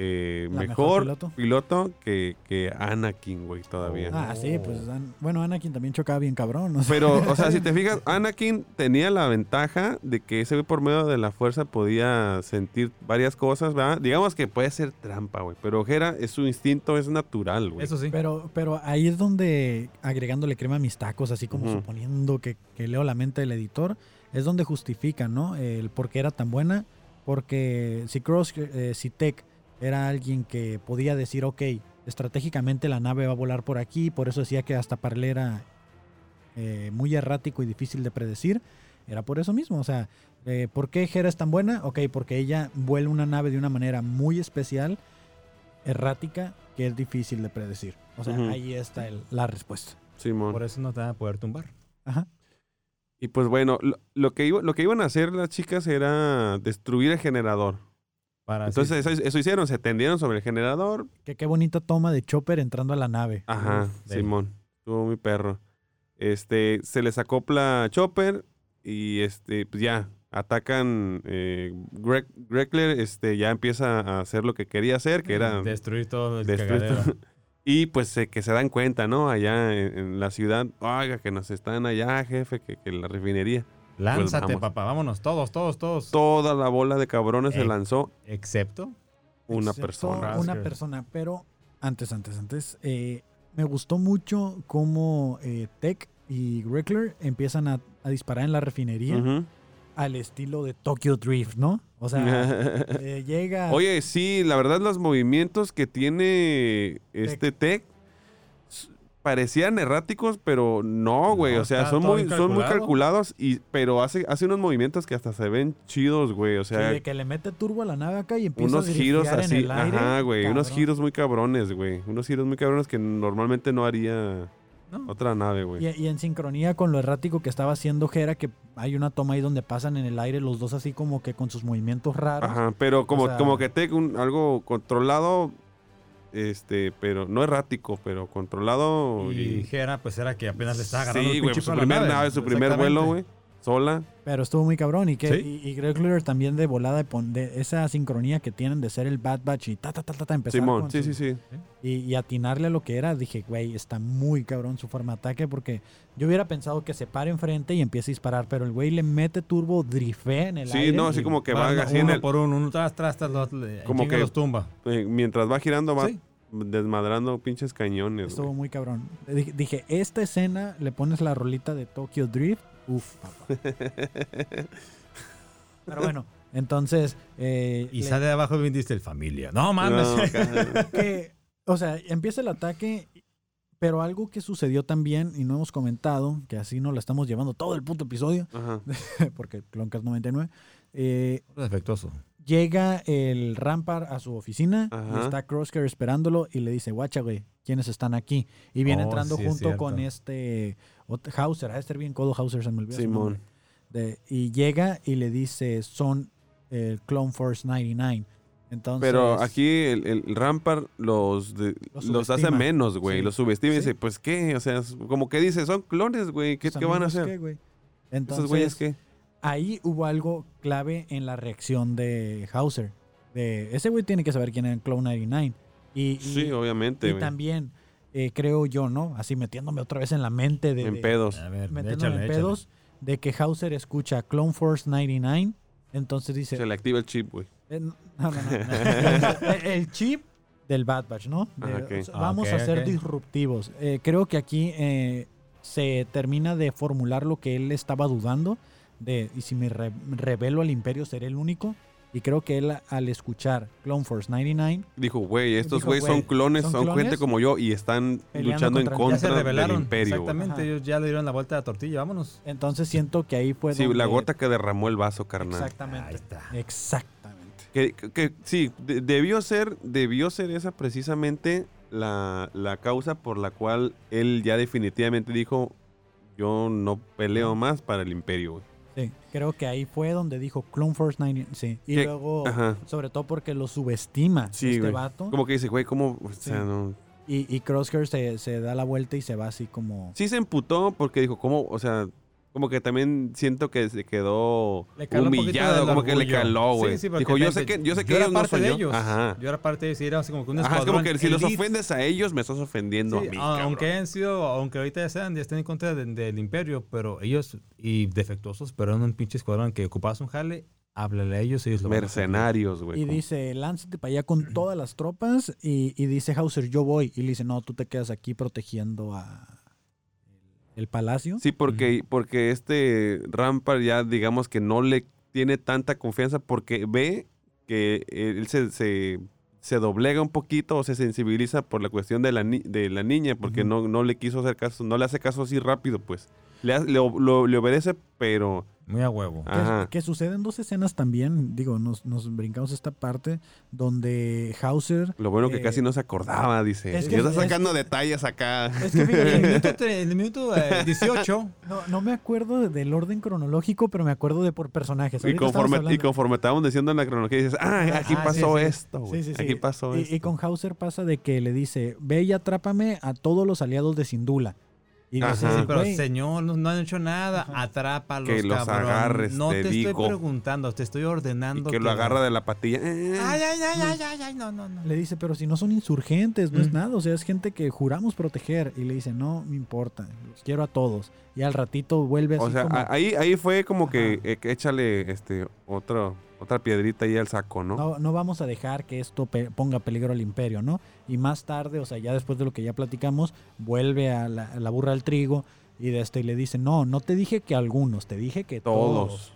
S1: eh,
S2: La
S1: mejor,
S2: mejor piloto.
S1: piloto, que, que Anakin güey todavía
S2: Ah, sí, pues An- bueno, Anakin también chocaba bien cabrón. o sea,
S1: pero o sea si te fijas Anakin tenía la ventaja de que ese güey por medio de la fuerza podía sentir varias cosas ¿verdad? digamos que puede ser trampa güey pero Hera es su instinto es natural güey
S3: Eso sí.
S2: pero, pero ahí es donde, agregándole crema a mis tacos, así como
S1: Ujú.
S2: suponiendo que, que leo la mente del editor, es donde justifica, ¿no? El por qué era tan buena. Porque si Cross, eh, si Tech era alguien que podía decir, ok, estratégicamente la nave va a volar por aquí, por eso decía que hasta Parle era eh, muy errático y difícil de predecir, era por eso mismo. O sea, eh, ¿por qué Hera es tan buena? Ok, porque ella vuela una nave de una manera muy especial, errática, que es difícil de predecir. O sea,
S1: Ujú.
S2: ahí está el- la respuesta.
S1: Simón
S3: Por eso no te van a poder tumbar.
S2: Ajá.
S1: Y pues bueno, lo, lo que iba- lo que iban a hacer las chicas era destruir el generador.
S3: Para
S1: Entonces eso, eso hicieron, se tendieron sobre el generador.
S2: Que qué bonita toma de Chopper entrando a la nave.
S1: Ajá,
S3: Uf,
S1: Simón. Estuvo muy perro. Este, se les acopla Chopper y este, pues ya, atacan eh, Greg, Gregler, este, ya empieza a hacer lo que quería hacer, que era...
S3: destruir todo el
S1: destruir
S3: cagadero.
S1: todo. <laughs> Y pues se- que se dan cuenta, ¿no? Allá en, en la ciudad, oiga, que nos están allá, jefe, que, que la refinería.
S3: Lánzate,
S1: vamos.
S3: papá. Vámonos, todos, todos, todos.
S1: Toda la bola de cabrones se
S3: Eh,
S1: lanzó
S3: Excepto.
S1: una
S2: Excepto
S1: persona.
S2: Una
S3: Rasker.
S2: persona, pero antes, antes, antes. eh, me gustó mucho cómo eh, Tech y Reckler empiezan a, a disparar en la refinería
S1: Ujú.
S2: al estilo de Tokyo Drift, ¿no?
S1: <laughs>
S2: O sea, eh, llega.
S1: Oye, sí, la verdad los movimientos que tiene este Tech s- parecían erráticos, pero no, güey.
S3: No,
S1: o sea,
S3: está
S1: son
S3: todo
S1: muy,
S3: bien
S1: son muy
S3: calculado.
S1: calculados, y, pero hace, hace unos movimientos que hasta se ven chidos, güey. O
S2: sí,
S1: sea,
S2: de que le mete turbo a la nave acá y empieza
S1: unos
S2: a
S1: giros
S2: driftear en
S1: así.
S2: el aire,
S1: ajá, güey. Unos
S2: cabrón.
S1: giros muy cabrones, güey. Unos giros muy cabrones que normalmente no haría
S3: No.
S1: otra nave,
S2: Y,
S1: güey.
S2: y en sincronía con lo errático que estaba haciendo Hera, que hay una toma ahí donde pasan en el aire los dos así como que con sus movimientos raros.
S1: Ajá, pero como,
S2: sea-
S1: como que Tech, un- algo controlado, Este, pero no errático, pero controlado.
S3: Y
S1: Y,
S3: Jera, pues era que apenas le estaba agarrando
S1: sí,
S3: el
S1: güey,
S3: pinche
S1: pues, su
S3: palo a la
S1: primer nave, su primer vuelo, güey.
S3: Exactamente.
S1: Sola.
S2: Pero estuvo muy cabrón. Y que
S3: Sí.
S2: y, y Greg Luthor también de volada, de pon- de esa sincronía que tienen de ser el Bad Batch y ta, ta, ta, ta, ta empezar
S1: Simón,
S2: con
S1: sí,
S2: su-
S1: sí, sí.
S2: Y, y atinarle a lo que era, dije, güey, está muy cabrón su forma de ataque porque yo hubiera pensado que se pare enfrente y empiece a disparar, pero el güey le mete turbo, drifea en el
S1: Sí,
S2: aire.
S1: no, así
S2: y-
S1: como que va
S3: Van
S1: así en
S3: uno
S1: el-
S3: por uno, uno tras, tras, tras, los,
S1: Como
S3: como
S1: que-
S3: que los tumba.
S1: eh, mientras va girando, va
S3: Sí.
S1: desmadrando pinches cañones.
S2: Estuvo
S1: güey.
S2: muy cabrón. Dije, dije, esta escena le pones la rolita de Tokyo Drift. Uf, papá. Pero bueno, entonces. eh,
S3: Y
S2: le-
S3: sale de abajo y vendiste el familia. No mames.
S2: <laughs>
S1: No, ca-
S2: que, o sea, empieza el ataque, pero algo que sucedió también, y no hemos comentado, que así nos la estamos llevando todo el puto episodio, <laughs>
S1: Ajá.
S2: porque Cloncast 99, eh,
S3: <laughs> Defectuoso.
S2: llega el Rampar a su oficina, y
S1: Ajá.
S2: está Crosshair esperándolo y le dice, guacha, güey, ¿quiénes están aquí? Y viene
S3: Oh,
S2: entrando
S3: sí, es
S2: junto con
S3: cierto.
S2: este ot- Hauser, a este bien codo Hauser, se me olvidó. su
S1: Simón.
S2: nombre. De- y llega y le dice, son el Clone Force 99. Entonces,
S1: Pero aquí el, el Rampart los, de-
S2: Los
S1: los, hace
S2: subestima.
S1: menos, güey.
S2: Sí.
S1: Los subestima y
S2: Sí.
S1: dice, pues qué, o sea, es como que dice, son clones, güey. ¿Qué,
S2: pues,
S1: qué van a
S2: amigos,
S1: hacer?
S2: ¿qué, güey? Entonces,
S1: Esos güeyes qué.
S2: ahí hubo algo clave en la reacción de Hauser. De, ese güey tiene que saber quién era el Clone 99. Y, y-
S1: Sí, obviamente.
S2: y
S1: güey.
S2: también, eh, creo yo, ¿no? Así metiéndome otra vez en la mente de... Ah,
S1: en
S2: de-
S1: pedos.
S3: A ver,
S2: metiéndome
S3: échale,
S2: en
S3: échale.
S2: pedos de que Hauser escucha Clone Force 99. Entonces dice...
S1: Se le activa el chip, güey.
S2: eh, no, no, no, no. el, el chip del Bad Batch, ¿no? De-
S1: Ah, ok.
S2: o sea, vamos
S3: Ah, ok,
S2: a ser
S3: ok.
S2: disruptivos. Eh, creo que aquí eh, se termina de formular lo que él estaba dudando de y si me re- revelo al imperio seré el único y creo que él al escuchar Clone Force 99
S1: Dijo, güey, estos
S2: Dijo,
S1: güeyes son
S2: güey,
S1: clones,
S2: son
S1: son,
S2: clones
S1: gente como yo y están
S2: peleando
S1: luchando en
S2: contra-
S3: Ya
S1: contra
S3: se
S1: del
S3: rebelaron.
S1: imperio. güey.
S3: Exactamente,
S2: Ajá.
S3: ellos ya le dieron la vuelta a la tortilla, vámonos.
S2: entonces siento que ahí fue
S1: Sí, la
S2: donde-
S1: gota que derramó el vaso, carnal.
S3: Ahí
S2: exactamente
S3: está.
S2: exactamente
S1: Que, que- que- sí, de- debió ser, debió ser esa precisamente la, la causa por la cual él ya definitivamente dijo, yo no peleo más para el imperio, güey.
S2: Sí, creo que ahí fue donde dijo Clone Force 99 sí y
S1: Que-
S2: luego
S1: Ajá.
S2: sobre todo porque lo subestima
S1: Sí,
S2: este
S1: güey.
S2: vato
S1: Como que dice, güey, ¿cómo? O sea,
S2: Sí.
S1: no.
S2: Y, y Crosshair se, se da la vuelta y se va así como...
S1: Sí se emputó porque dijo, ¿cómo? O sea, como que también siento que se quedó
S3: Le caló un poquito
S1: humillado,
S3: del
S1: como que le
S3: orgullo.
S1: caló, güey.
S3: Sí, sí, porque
S1: dijo, yo
S3: fíjate,
S1: sé que, yo sé que
S3: era
S1: ellos no
S3: parte
S1: soy
S3: de
S1: yo.
S3: ellos.
S1: Ajá.
S3: Yo era parte de ellos y era así como que un
S1: Ajá, es como
S3: escuadrón
S1: que si los
S3: elite.
S1: ofendes a ellos, me estás ofendiendo
S3: Sí,
S1: a mí.
S3: a- aunque
S1: cabrón.
S3: hayan sido, aunque ahorita ya sean, ya estén en contra de- del imperio, pero ellos, y defectuosos, pero en un pinche escuadrón que ocupas un jale, háblale a ellos, ellos lo van a hacer.
S1: Mercenarios, güey.
S2: Y
S1: como-
S2: dice, lánzate para allá con todas las tropas. Y, y dice Hauser, yo voy. Y le dice, no, tú te quedas aquí protegiendo a el palacio.
S1: Sí, porque, porque este Rampart ya, digamos que no le tiene tanta confianza porque ve que él se, se, se doblega un poquito o se sensibiliza por la cuestión de la, ni- de la niña, porque
S2: Ujú.
S1: no, no le quiso hacer caso, no le hace caso así rápido, pues. Le, hace- le ob- lo- le obedece, pero
S3: Muy a huevo.
S1: Ah.
S2: Que-
S1: Ajá.
S2: Que, suceden dos escenas también. Digo, nos, nos brincamos esta parte donde Hauser...
S1: lo bueno que
S2: Eh,
S1: casi no se acordaba, dice.
S2: es
S1: Es
S2: que-
S1: está
S2: es
S1: sacando detalles acá.
S2: Es que
S3: <laughs>
S1: <laughs>
S3: En el
S2: fíjate,
S3: minuto, tre- en el minuto,
S2: <laughs>
S3: eh, 18,
S2: no, no me acuerdo del orden cronológico, pero me acuerdo de por personajes.
S1: Y
S2: Ahorita estamos
S1: conforme, y
S2: hablando-
S1: conforme estábamos diciendo en la cronología, dices, ah, aquí
S2: Ah, sí,
S1: pasó
S2: sí.
S1: esto, güey.
S2: Sí, sí, sí.
S1: Aquí pasó
S2: Y,
S1: esto.
S2: y con Hauser pasa de que le dice, ve y atrápame a todos los aliados de Sindula. Y
S1: Ajá.
S2: dice,
S1: Sí,
S3: pero
S2: "Güey,
S3: señor, no, no han hecho nada, atrápalos,
S1: Que los
S3: cabrón.
S1: agarres,
S3: no
S1: te
S3: te,
S1: digo.
S3: estoy preguntando, te estoy
S1: Y
S3: ordenando.
S1: que lo agarra de la patilla.
S2: Ah,
S1: Eh,
S3: Ay, ay, ay, ay, ay, ay, no, no, no.
S2: le dice, pero si no son insurgentes, no es
S3: Mm.
S2: nada, o sea, es gente que juramos proteger. Y le dice, no me importa, los quiero a todos. Y al ratito vuelve así
S1: O sea,
S2: como,
S1: a- ahí, ahí fue como que
S2: Ajá.
S1: eh, que échale este otro, otra piedrita ahí al saco, ¿no?
S2: no, no vamos a dejar que esto pe- ponga peligro al imperio, ¿no? Y más tarde, o sea, ya después de lo que ya platicamos, vuelve a la, a la burra al trigo y de este y le dice, no, no te dije que algunos, te dije que todos.
S1: Todos.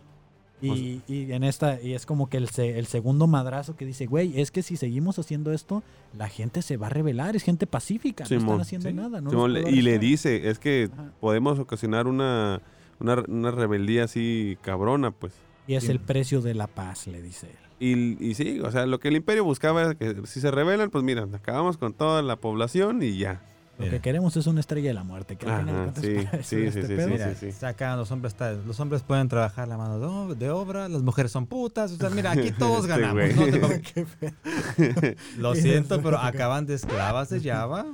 S1: pues. O
S2: Y, y en esta, y es como que el, se- el segundo madrazo que dice, güey, es que si seguimos haciendo esto, la gente se va a rebelar, es gente pacífica, no
S1: Simón,
S2: están haciendo
S3: sí.
S2: nada. no los
S1: Simón le-
S2: puedo
S1: y le
S2: arrestar".
S1: dice, es que
S2: Ajá.
S1: podemos ocasionar una, una, una rebeldía así cabrona, pues.
S2: Y es
S3: Sí.
S2: el precio de la paz, le dice él.
S1: Y, y sí, o sea, lo que el imperio buscaba era que si se rebelan, pues mira, acabamos con toda la población y ya.
S2: Lo
S3: Mira.
S2: que queremos es una estrella de la muerte. Que al final de
S1: Ajá,
S2: cuentas
S1: sí,
S2: <laughs> para eso
S1: sí,
S2: era
S1: sí,
S2: este
S1: sí,
S2: pedo. <laughs>
S1: sí,
S3: Mira, sacan los hombres, ta- los hombres pueden trabajar la mano de ob- de obra, las mujeres son putas. O sea,
S1: <laughs>
S3: mira, aquí todos
S1: Este
S3: ganamos.
S1: güey.
S3: no <laughs> te preocupes.
S2: Qué feo. <laughs>
S3: Lo siento, pero acaban de esclavas de Java.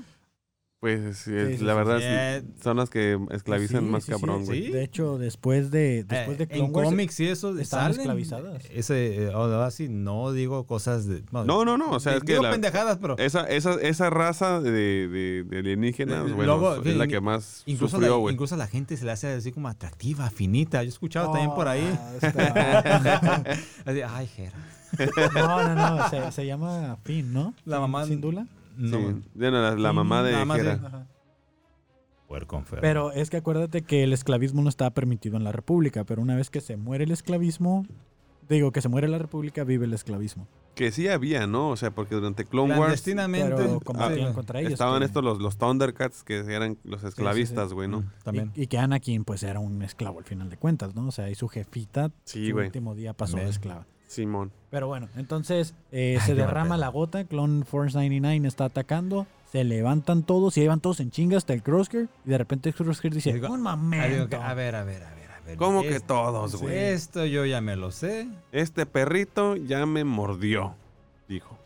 S1: Pues es- es-
S2: sí,
S1: la
S2: sí,
S1: verdad,
S3: Eh,
S1: sí, son las que esclavizan
S2: Sí,
S1: más
S2: sí, sí,
S1: cabrón, güey.
S3: sí.
S2: De hecho, después de, después
S3: eh,
S2: de
S3: en
S2: Clone Wars,
S3: cómics y eso
S2: estaban
S3: salen.
S2: esclavizadas.
S3: Ese, eh, ahora sí, no digo cosas de.
S1: No, no, no, o sea, es que
S3: digo
S1: la- eh,
S3: pendejadas, pero.
S1: Esa, esa, esa raza de, de- de alienígenas,
S3: Eh,
S1: bueno,
S3: luego,
S1: es la
S3: in-
S1: que más
S3: Incluso,
S1: sufrió,
S3: la,
S1: güey.
S3: incluso a la gente se le hace así como atractiva, finita. Yo he escuchado también por ahí.
S2: Ah, está-
S3: <laughs> Así, ay, Jera.
S2: no, no, no. Se, se llama Finn, ¿no?
S3: La mamá-
S2: Sin duda.
S1: Sí,
S3: No,
S1: bueno, la, la mamá de
S3: Nada más
S1: Hera.
S3: de- puerco enfermo.
S2: Pero es que acuérdate que el esclavismo no estaba permitido en la República, pero una vez que se muere el esclavismo, digo que se muere la República, vive el esclavismo.
S1: Que sí había, ¿no? O sea, porque durante Clone Wars
S3: clandestinamente.
S1: combatían
S2: Pero combatían
S3: Ah,
S2: contra ellos.
S1: estaban
S2: que-
S1: estos los, los Thundercats que eran los esclavistas, güey, ¿no?
S3: También.
S2: Y, y que Anakin pues era un esclavo al final de cuentas, ¿no? O sea, y su jefita
S1: Sí,
S2: su
S1: güey.
S2: último día pasó
S3: Ven.
S2: de esclava.
S1: Simón.
S2: Pero bueno, entonces eh,
S3: Ay,
S2: se
S3: qué mal
S2: derrama
S3: pedo.
S2: la gota, Clone Force 99 está atacando, se levantan todos y ahí van todos en chinga hasta el Crosshair y de repente el Crosshair dice,
S3: Y digo,
S2: un
S3: Ah, digo
S2: momento.
S3: que, a ver, a ver, a ver, a ver.
S1: ¿Cómo que
S3: Es-
S1: todos, güey?
S3: Esto yo ya me lo sé.
S1: Este perrito ya me mordió, dijo.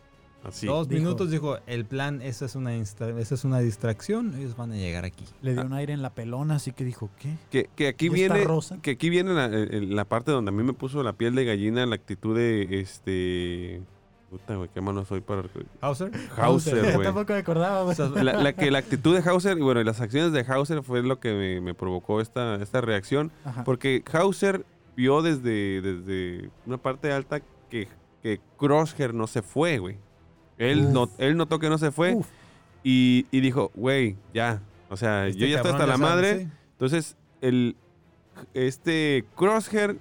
S1: Así.
S3: Dos
S2: Dijo-
S3: minutos dijo, el plan, eso es, una instra- eso es una distracción, ellos van a llegar aquí.
S2: Le dio un aire en la pelona, así que dijo, ¿qué?
S1: Que, que aquí
S2: ¿Y esta
S1: Ah. viene,
S2: rosa?
S1: que aquí viene la, eh, la parte donde a mí me puso la piel de gallina la actitud de este. Puta, güey, qué malo soy para.
S3: Hauser.
S1: Hauser,
S2: Yo
S1: güey.
S2: tampoco me acordaba. güey.
S1: La, la que la actitud de Hauser, y bueno, y las acciones de Hauser fue lo que me, me provocó esta, esta reacción.
S2: Ajá.
S1: Porque Hauser vio desde, desde una parte alta que, que Crosshair no se fue, güey.
S2: Uf.
S1: Él, no, él notó que no se fue
S2: Uf,
S1: y, y dijo, güey, ya. O sea,
S3: Este
S1: yo ya estoy
S3: cabrón
S1: hasta la
S3: sabe,
S1: madre.
S3: sí.
S1: Entonces, el, este Crosshair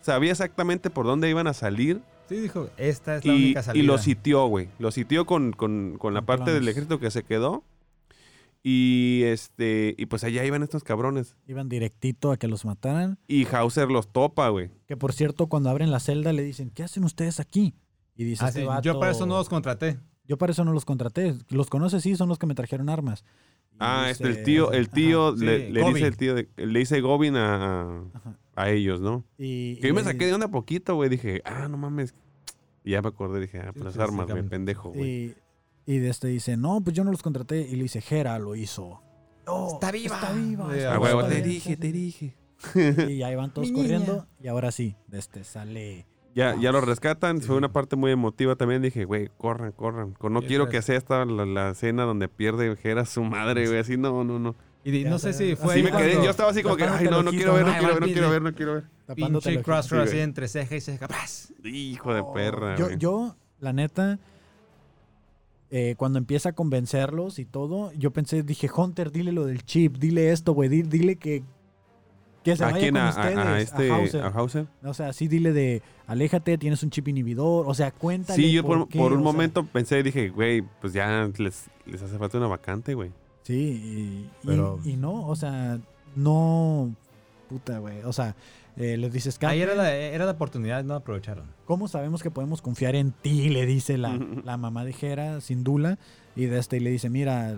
S1: sabía exactamente por dónde iban a salir
S3: Sí, dijo, esta es la
S1: y,
S3: única
S1: y
S3: salida.
S1: lo sitió, güey. Lo sitió con, con- con la
S2: Con
S1: parte del
S2: planes.
S1: ejército que se quedó. Y este y pues allá iban estos cabrones.
S2: iban directito a que los mataran.
S1: Y Hauser los topa, güey.
S2: Que por cierto, cuando abren la celda le dicen, ¿qué hacen ustedes aquí? Y dice,
S3: Ah,
S2: este
S3: sí,
S2: vato,
S3: Yo para eso no los contraté.
S2: yo para eso no los contraté. Los conoces, sí, son los que me trajeron armas. Y
S1: Ah, este,
S2: dice-
S1: el tío, el tío
S3: Ajá,
S1: le,
S3: sí,
S1: le dice
S3: Gobin.
S1: el tío, de- le dice Gobin a, a-
S2: Ajá.
S1: a ellos, ¿no?
S2: Y,
S1: Que yo me
S2: y-
S1: saqué de onda poquito, güey. Dije, ah, no mames. Y ya me acordé, dije, ah,
S3: Sí,
S1: pues las
S3: sí,
S1: armas, güey,
S3: exactamente.
S1: pendejo, güey.
S2: Y, y de este dice, no, pues yo no los contraté. Y le dice, Jera lo hizo. No,
S3: Está viva.
S2: Está viva.
S3: Sí,
S2: está
S1: Ah,
S3: a
S1: huevo,
S2: viva,
S1: te
S2: está
S1: dije, te
S2: viva".
S1: dije.
S2: Y ahí van todos
S3: Mi
S2: corriendo.
S3: niña.
S2: Y ahora sí, de este sale.
S1: Ya, ya lo rescatan.
S3: Sí.
S1: Fue una parte muy emotiva también. Dije, güey, corran, corran. No
S3: Sí,
S1: quiero
S3: es-
S1: que sea esta la, la escena donde pierde Jera a su madre, güey. Así, no, no, no.
S3: Y di-
S2: Ya
S3: no sé
S2: sé.
S3: si fue
S2: Así
S1: Sí
S3: ahí
S1: me quedé.
S3: cuando
S1: Yo estaba así como que, ay, no, no quiero ver, no quiero ver, no quiero ver, no quiero ver.
S2: tapándote el ojito.
S3: Pinche Crosshair
S1: Sí,
S3: así
S1: güey.
S3: entre ceja y ceja. ¡pras!
S1: Hijo de
S2: Oh,
S1: perra,
S2: Yo,
S1: güey.
S2: yo, la neta, eh, cuando empieza a convencerlos y todo, yo pensé, dije, Hunter, dile lo del chip, dile esto, güey, di- dile que, que se
S1: ¿A
S2: vaya
S1: quién?
S2: con
S1: A,
S2: ustedes,
S1: a- a este, a Hauser.
S2: Hauser. O sea, sí, dile de, aléjate, tienes un chip inhibidor, o sea, cuéntale.
S1: Sí, yo por,
S2: qué,
S1: por
S2: o
S1: un
S2: sea,
S1: momento pensé, dije, güey, pues ya les, les hace falta una vacante, güey.
S2: sí, y, y-
S3: Pero-
S2: y no, o sea, no, puta, güey, o sea, eh, les dices,
S3: Ahí
S2: "Captain,
S3: era la, era la oportunidad, no aprovecharon.
S2: ¿Cómo sabemos que podemos confiar en ti? Le dice
S3: <laughs>
S2: la, la mamá de Hera, sin duda. Y de este, y le dice, mira,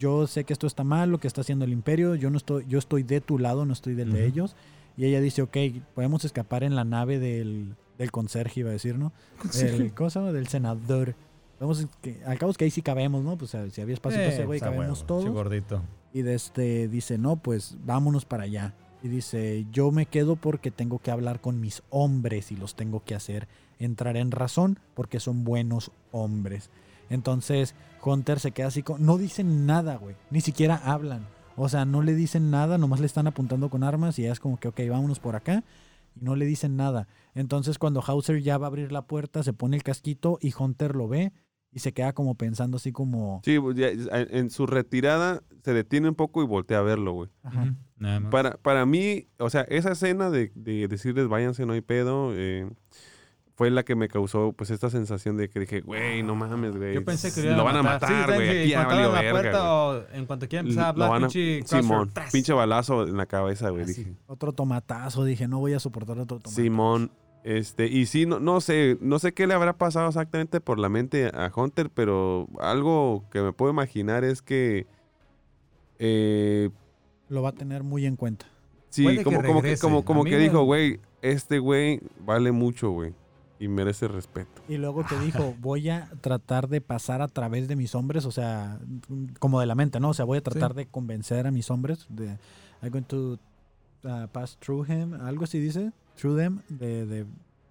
S2: yo sé que esto está mal, lo que está haciendo el imperio, yo no estoy, yo estoy de tu lado, no estoy del de
S3: Ujú.
S2: ellos. Y ella dice, ok, podemos escapar en la nave del, del conserje, iba a decir, ¿no? Del, ¿Cómo se llama? Del senador. Vamos, que, al cabo es que ahí sí cabemos, ¿no? Pues si había espacio,
S3: Eh,
S2: entonces, güey,
S3: pues, a
S2: cabemos
S3: huevo,
S2: todos.
S3: pinche gordito.
S2: Y de este dice, no, pues vámonos para allá. Y dice, yo me quedo porque tengo que hablar con mis hombres y los tengo que hacer entrar en razón porque son buenos hombres. Entonces Hunter se queda así, con, no dicen nada, güey. Ni siquiera hablan. O sea, no le dicen nada, nomás le están apuntando con armas y ella es como que, ok, vámonos por acá. Y no le dicen nada. Entonces cuando Hauser ya va a abrir la puerta, se pone el casquito y Hunter lo ve y se queda como pensando así como...
S1: Sí, pues, ya- en en su retirada se detiene un poco y voltea a verlo, güey.
S2: Ajá.
S3: Ujú, Nada más.
S1: Para, para mí, o sea, esa escena de, de decirles váyanse, no hay pedo, eh, fue la que me causó pues esta sensación de que dije, güey, no mames, güey.
S3: Yo pensé que
S1: lo van a
S3: Sí,
S1: matar,
S3: ¿sabes?
S1: güey.
S3: Y
S1: aquí ya
S3: cuando
S1: valió
S3: abran la
S1: verga,
S3: puerta,
S1: güey.
S3: o en cuanto quiera empezar a
S1: Lo
S3: hablar,
S1: van a-
S3: pinche Crosshair, Ah,
S1: Simón,
S3: ¡tras!
S1: pinche balazo en la cabeza, güey.
S3: Así.
S1: Dije,
S2: Otro tomatazo, dije, no voy a soportar otro tomatazo.
S1: Simón, este, y sí, no, no sé, no sé qué le habrá pasado exactamente por la mente a Hunter, pero algo que me puedo imaginar es que Eh,
S2: Lo va a tener muy en cuenta.
S1: sí,
S3: Puede que
S1: como, como que,
S3: regrese.
S1: como, como
S3: A mí
S1: que
S3: me-
S1: dijo, güey, este güey vale mucho, güey. Y merece respeto.
S2: Y luego
S3: <laughs>
S2: te dijo, voy a tratar de pasar a través de mis hombres, o sea, mm, como de la mente, ¿no? O sea, voy a tratar de convencer a mis hombres de, I'm going to uh, pass through him, algo así dice, through them, de, de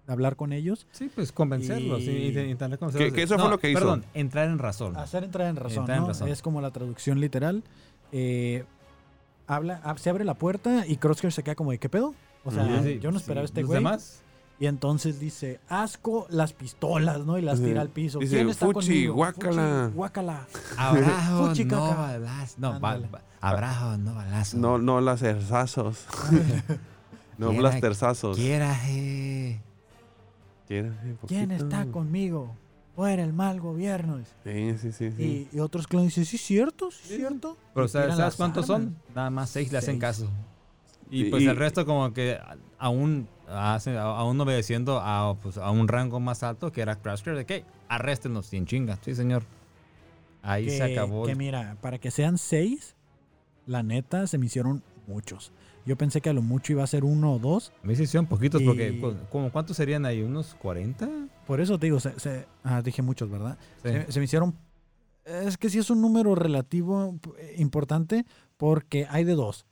S2: hablar con ellos,
S3: Sí, pues convencerlos y,
S2: Y-
S3: y- intentar convencerlos.
S1: Que- que eso fue lo que hizo.
S3: Perdón, entrar en razón.
S2: hacer entrar en razón,
S3: Entrar en
S2: ¿no?
S3: razón.
S2: Es como la traducción literal. Eh, habla, ab- se abre la puerta y Crosshair se queda como de, ¿qué pedo? O sea,
S1: Ujú.
S2: yo no esperaba a este
S3: ¿Los
S2: güey.
S3: <laughs> demás?
S2: Y entonces dice, asco las pistolas, ¿no? Y las
S1: Ujú.
S2: tira al piso.
S1: Dice,
S2: ¿Quién está
S1: "Fuchi,
S2: conmigo?
S1: guácala".
S2: Fuchi, guácala.
S3: Abrajo,
S2: Fuchi,
S3: no
S2: caca.
S3: balazo. No, ba-
S2: Ándale.
S3: ba- abrajo, no balazo.
S1: No, no las erzazos. <laughs> no
S3: Quiera-
S1: blasterzazos.
S3: Quieras, eh.
S1: Quiera, eh,
S2: ¿Quién
S1: poquito.
S2: está conmigo? Fuera el mal gobierno.
S1: Sí, sí, sí. sí.
S2: Y, y otros clones dicen, sí, cierto, sí, cierto.
S3: Pero
S2: Y
S3: ¿sabes,
S2: tiran
S3: sabes
S2: las
S3: cuántos
S2: armas.
S3: son? Nada más seis le hacen
S2: Seis.
S3: caso. Y
S1: Sí,
S3: pues
S1: y-
S3: el resto como que a- aún hacen, a- aún obedeciendo a, pues, a un rango más alto que era Crashcraft de que arréstenos sin chinga. Sí, señor. Ahí
S2: que,
S3: se acabó.
S2: que
S3: el-
S2: mira, para que sean seis, la neta se me hicieron muchos. Yo pensé que a lo mucho iba a ser uno o dos.
S3: Me hicieron poquitos
S2: y-
S3: porque co- como cuántos serían ahí unos 40?
S2: Por eso te digo, se- se- ah, dije muchos, ¿verdad?
S3: Sí.
S2: Se, se me hicieron... Es que sí es un número relativo eh, importante porque hay de dos.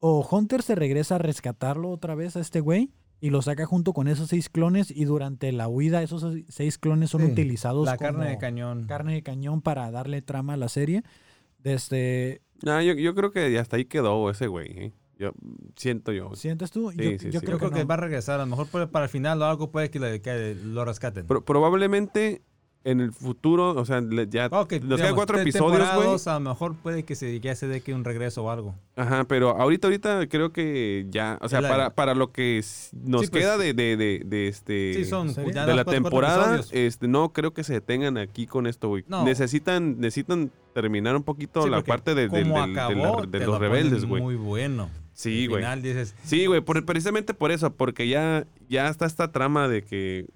S2: O Hunter se regresa a rescatarlo otra vez a este güey y lo saca junto con esos seis clones y durante la huida esos seis clones son
S3: Sí,
S2: utilizados
S3: La carne de
S2: como
S3: cañón.
S2: carne de cañón para darle trama a la serie. este, Desde,
S1: No, yo, yo creo que hasta ahí quedó ese güey. ¿eh? Yo, siento yo.
S2: ¿sientes tú?
S1: sí,
S2: yo yo
S1: sí.
S2: creo
S3: Yo creo
S2: que,
S3: que
S2: no.
S3: va a regresar. A lo mejor puede- para el final o algo puede que, le- que lo rescaten.
S1: Pro- probablemente en el futuro, o sea, le- ya
S3: Ok,
S1: nos quedan
S3: digamos,
S1: cuatro
S3: te-
S1: episodios, güey.
S3: temporadas, A lo mejor puede que se, ya se dé que un regreso o algo.
S1: Ajá, pero ahorita, ahorita creo que ya, o sea,
S3: La-
S1: para, para lo que s- nos
S3: Sí, pues.
S1: queda de, de, de, de este...
S3: Sí, son
S2: serie?
S3: ya
S1: de
S3: los
S1: la
S3: cuatro- cuatro
S1: temporada,
S3: episodios.
S1: este, no creo que se detengan aquí con esto, güey.
S3: No.
S1: Necesitan, necesitan terminar un poquito
S3: Sí,
S1: la
S3: porque
S1: parte de, del-
S3: como
S1: del- de la-
S3: acabó,
S1: de
S3: te
S1: los
S3: lo ponen
S1: rebeldes, güey.
S3: Muy bueno.
S1: Sí,
S3: Al
S1: güey.
S3: final dices,
S1: Sí, güey, por- precisamente por eso, porque ya, ya está esta trama de que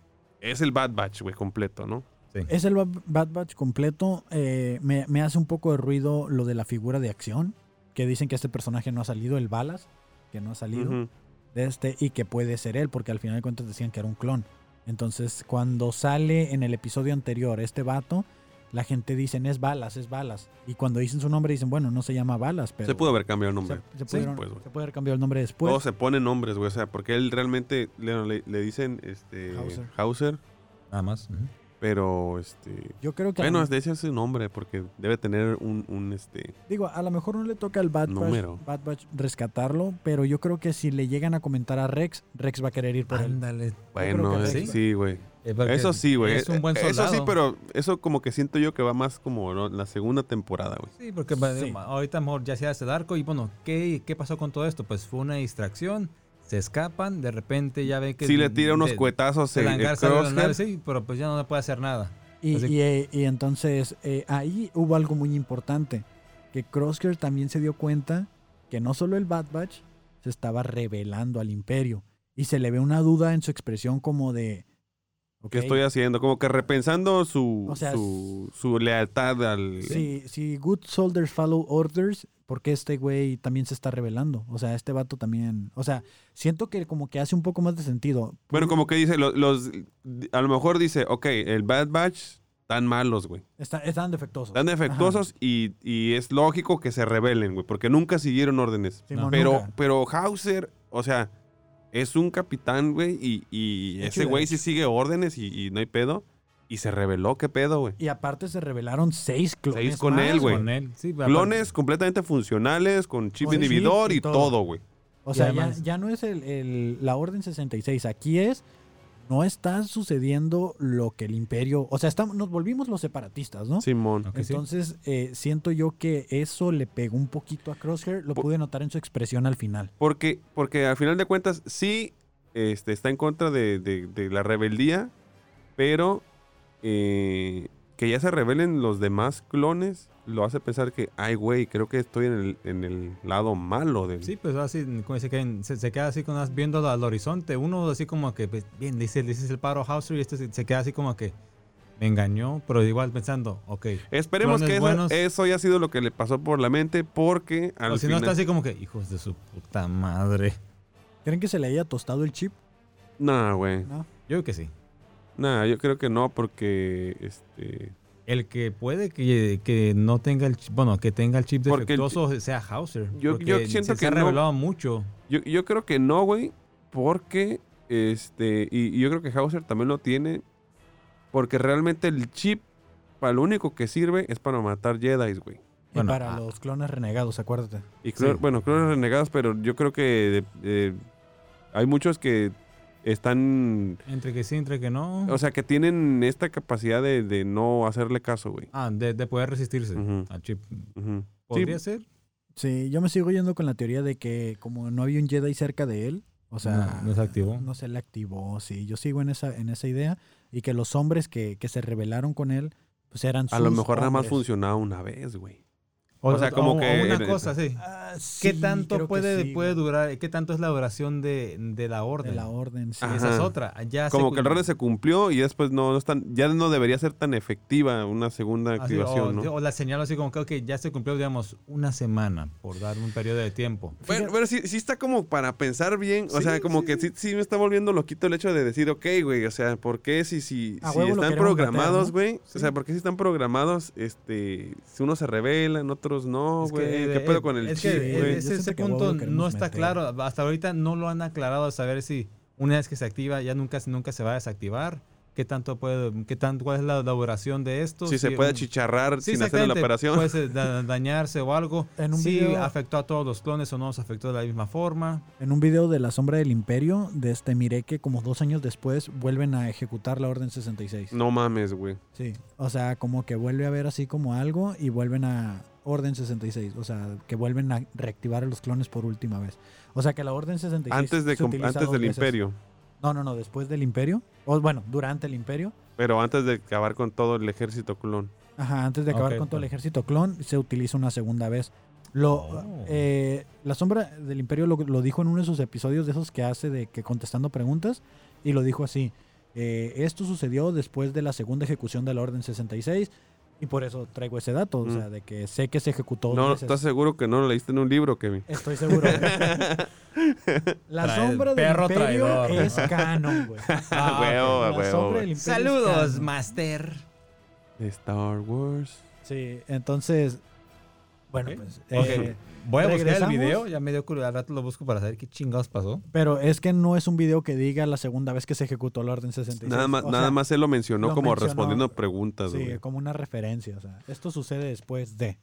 S1: es el Bad Batch, güey, completo, ¿no?
S2: Es el Bad- Bad Batch completo. eh, me, me hace un poco de ruido lo de la figura de acción, que dicen que este personaje no ha salido, el Balas, que no ha salido.
S1: Ujú.
S2: de este y que puede ser él, porque al final de cuentas decían que era un clon. Entonces, cuando sale en el episodio anterior este vato, la gente dice, es balas, es balas. Y cuando dicen su nombre, dicen, bueno, no se llama balas, pero...
S1: Se pudo haber cambiado el
S2: se-
S1: nombre.
S2: se pudieron-
S1: pues, güey.
S2: se puede haber cambiado el nombre después.
S1: Todos se ponen nombres, güey. O sea, porque él realmente le, le- le dicen este
S2: Hauser.
S1: Hauser.
S3: nada más. ujú.
S1: pero este.
S2: Yo creo que... a
S1: Bueno,
S2: lo-
S1: es de ese es su nombre, porque debe tener un, un este.
S2: Digo, a lo mejor no le toca al Bad Batch,
S1: Número.
S2: Bad Batch rescatarlo, pero yo creo que si le llegan a comentar a Rex, Rex va a querer ir por él.
S3: Ándale.
S1: Bueno,
S2: creo que
S1: eh,
S3: sí.
S1: sí, güey.
S3: Eh, porque
S1: eso sí, güey.
S3: Es un buen
S1: Eh,
S3: soldado.
S1: Eso sí, pero eso como que siento yo que va más como ¿no? la segunda temporada, güey.
S3: Sí, porque va-
S2: Sí.
S3: ahorita mejor ya se hace el arco y bueno, ¿qué, ¿qué pasó con todo esto? Pues fue una distracción, se escapan, de repente ya ve que...
S1: Sí le tira unos
S3: de-
S1: cuetazos
S3: Se
S1: el- el
S3: langar sale de la
S1: Crosshair.
S3: nave, sí, pero pues ya no le puede hacer nada.
S2: Y,
S3: Así-
S2: y, eh, y entonces eh, ahí hubo algo muy importante, que Crosshair también se dio cuenta que no solo el Bad Batch se estaba revelando al imperio y se le ve una duda en su expresión como de...
S1: ¿Qué
S2: ok,
S1: estoy haciendo? Como que repensando su,
S2: O sea,
S1: su, su lealtad al.
S2: si, si good soldiers follow orders, ¿por qué este güey también se está revelando? O sea, este vato también... O sea, siento que como que hace un poco más de sentido.
S1: Bueno, como que dice, lo- los, a lo mejor dice, ok, el Bad Batch tan malos, güey.
S2: Está- están defectuosos.
S1: Están defectuosos y, y es lógico que se rebelen, güey, porque nunca siguieron órdenes.
S2: Simón,
S1: pero,
S2: nunca.
S1: pero Hauser, o sea, es un capitán, güey, y, y
S2: Hecho y
S1: ese güey sí
S2: derecho.
S1: sigue órdenes y, y no hay pedo. Y se rebeló, qué pedo, güey.
S2: Y aparte se revelaron seis clones.
S1: Seis con
S2: más,
S1: él, güey.
S3: Ah, Con él, sí, aparte-
S1: Clones completamente funcionales, con chip
S2: Con
S1: de
S2: chip
S1: inhibidor
S2: y
S1: y
S2: todo.
S1: todo, güey.
S2: O
S3: Y
S2: sea, ya,
S3: además-
S2: ya no es el, el- la Orden 66. Aquí es, no está sucediendo lo que el imperio... O sea, estamos, nos volvimos los separatistas, ¿no?
S1: Simón.
S3: Ok, sí.
S2: Entonces, eh, siento yo que eso le pegó un poquito a Crosshair. Lo
S1: Por-
S2: pude notar en su expresión al final.
S1: Porque, porque al final de cuentas, sí este, está en contra de, de- de la rebeldía, pero eh, que ya se rebelen los demás clones lo hace pensar que, ay, güey, creo que estoy en el, en el lado malo del...
S3: Sí, pues así, como se, quedan- se, se queda así con las- viendo al horizonte. Uno así como que, pues, bien, le dice, le dices el paro a Hauser y este se, se queda así como que, me engañó, pero igual pensando, ok.
S1: Esperemos
S3: Clones
S1: que esa-
S3: buenos.
S1: eso haya sido lo que le pasó por la mente, porque al
S3: O si no,
S1: final-
S3: está así como que, hijos de su puta madre.
S2: ¿Creen que se le haya tostado el chip?
S1: Nah, güey.
S2: No.
S3: Yo creo que sí.
S1: Nah, yo creo que no, porque. Este.
S3: El que puede que, que no tenga el chip, bueno, que tenga el chip
S1: Porque el
S3: defectuoso sea Hauser.
S1: Yo-
S3: porque
S1: yo siento
S3: se,
S1: que
S3: se ha
S1: no.
S3: revelado mucho.
S1: Yo, yo creo que no, güey. Porque. Este. Y, y yo creo que Hauser también lo tiene. Porque realmente el chip. Para lo único que sirve es para matar Jedi, güey.
S3: Bueno,
S2: y para
S3: ah.
S2: los clones renegados, acuérdate.
S1: Y creo,
S3: Sí.
S1: bueno, creo que renegados, pero yo creo que. eh, hay muchos que están.
S3: Entre que sí, entre que no.
S1: O sea, que tienen esta capacidad de, de no hacerle caso, güey.
S3: ah, de, de poder resistirse
S1: Ujú.
S3: al chip.
S1: Ujú.
S3: ¿Podría ser?
S2: Sí, yo me sigo yendo con la teoría de que como no había un Jedi cerca de él, o sea,
S3: No, no se activó.
S2: No se le activó, sí. Yo sigo en esa, en esa idea y que los hombres que, que se rebelaron con él, pues eran
S1: A lo
S2: sus
S1: mejor nada más
S2: hombres.
S1: funcionaba una vez, güey. O sea, como
S3: o- o
S1: que-
S3: una cosa, sí.
S2: Ah, sí,
S3: ¿Qué tanto
S2: creo que
S3: puede,
S2: sí,
S3: puede
S2: güey.
S3: durar? ¿Qué tanto es la duración de, de la orden?
S2: De la orden, sí.
S1: Ah,
S3: Esa es
S1: Ajá.
S3: otra. Ya se
S1: Como que el
S3: cu-
S1: rol se cumplió y después no, no es tan- ya no debería ser tan efectiva una segunda
S3: así, oh, o,
S1: activación, ¿no?
S3: o la señal así como que ok, ya se cumplió, digamos, una semana, por dar un periodo de tiempo.
S1: Pero, pero sí, sí está como para pensar bien, o
S3: Sí,
S1: sea, como
S3: sí.
S1: que sí, sí me está volviendo loquito el hecho de decir, ok, güey, o sea, ¿por qué si, si,
S2: A
S1: si
S2: huevo lo
S1: están
S2: queremos
S1: programados,
S2: meter, ¿no?
S1: güey?
S3: Sí.
S1: O sea, ¿por qué si están programados, este, si unos se rebelan, otros no,
S3: Es que,
S1: güey?
S3: eh,
S1: ¿Qué pedo con el
S3: es
S1: chip,
S3: que, eh,
S1: güey?
S2: Yo
S3: ese, ese
S2: siento que a huevo
S3: punto
S2: lo queremos
S3: no está
S2: meter.
S3: claro. Hasta ahorita no lo han aclarado a saber si una vez que se activa ya nunca, nunca se va a desactivar. ¿Qué tanto puede, qué tanto, cuál es la la duración de esto?
S1: Si se puede
S3: un-
S1: achicharrar
S3: Sí, pues
S1: sin hacer la
S3: exactamente,
S1: operación.
S3: Puede ser da- dañarse o <laughs> algo.
S2: En un
S3: si
S2: video-
S3: afectó a todos los clones o no los afectó de la misma forma.
S2: En un video de La Sombra del Imperio, de este, miré que como dos años después vuelven a ejecutar la Orden 66.
S1: No mames, güey.
S2: Sí, o sea, como que vuelve a haber así como algo y vuelven a Orden 66, o sea, que vuelven a reactivar a los clones por última vez. O sea, que la Orden 66
S1: Antes, de,
S2: se
S1: com-
S2: utiliza
S1: antes
S2: dos
S1: del
S2: veces.
S1: imperio,
S2: No, no, no, después del Imperio, o bueno, durante el Imperio.
S1: pero antes de acabar con todo el ejército clon.
S2: Ajá, antes de acabar
S3: Ok,
S2: con todo el
S3: ok.
S2: ejército clon, se utiliza una segunda vez. Lo,
S3: Oh.
S2: eh, la sombra del imperio lo, lo dijo en uno de sus episodios de esos que hace de que contestando preguntas y lo dijo así. eh, esto sucedió después de la segunda ejecución de la Orden 66 y por eso traigo ese dato, o
S1: Mm.
S2: sea, de que sé que se ejecutó dos
S1: No,
S2: veces.
S1: ¿estás seguro que no lo leíste en un libro, Kevin? <laughs>
S2: Estoy seguro. la
S3: Trae-
S2: sombra del
S3: perro
S2: imperio
S3: traidor.
S2: es canon, güey.
S1: Ah, huevo, <laughs>
S2: La
S1: a huevo,
S2: sombra
S1: güey.
S2: del imperio es
S3: um,
S2: canon.
S3: Master.
S1: De Star Wars.
S2: Sí, entonces, bueno,
S3: Ok.
S2: pues...
S3: Ok.
S2: eh,
S3: Voy a buscar el
S2: ¿Regresamos?
S3: video. Ya me dio curiosidad. Al rato lo busco para saber qué chingados pasó.
S2: Pero es que no es un video que diga la segunda vez que se ejecutó la orden 66.
S1: Nada más,
S2: O
S1: nada
S2: sea,
S1: más él lo mencionó
S2: lo
S1: como
S2: mencionó.
S1: respondiendo preguntas,
S2: Sí, eh,
S1: güey.
S2: como una referencia. O sea, esto sucede después de.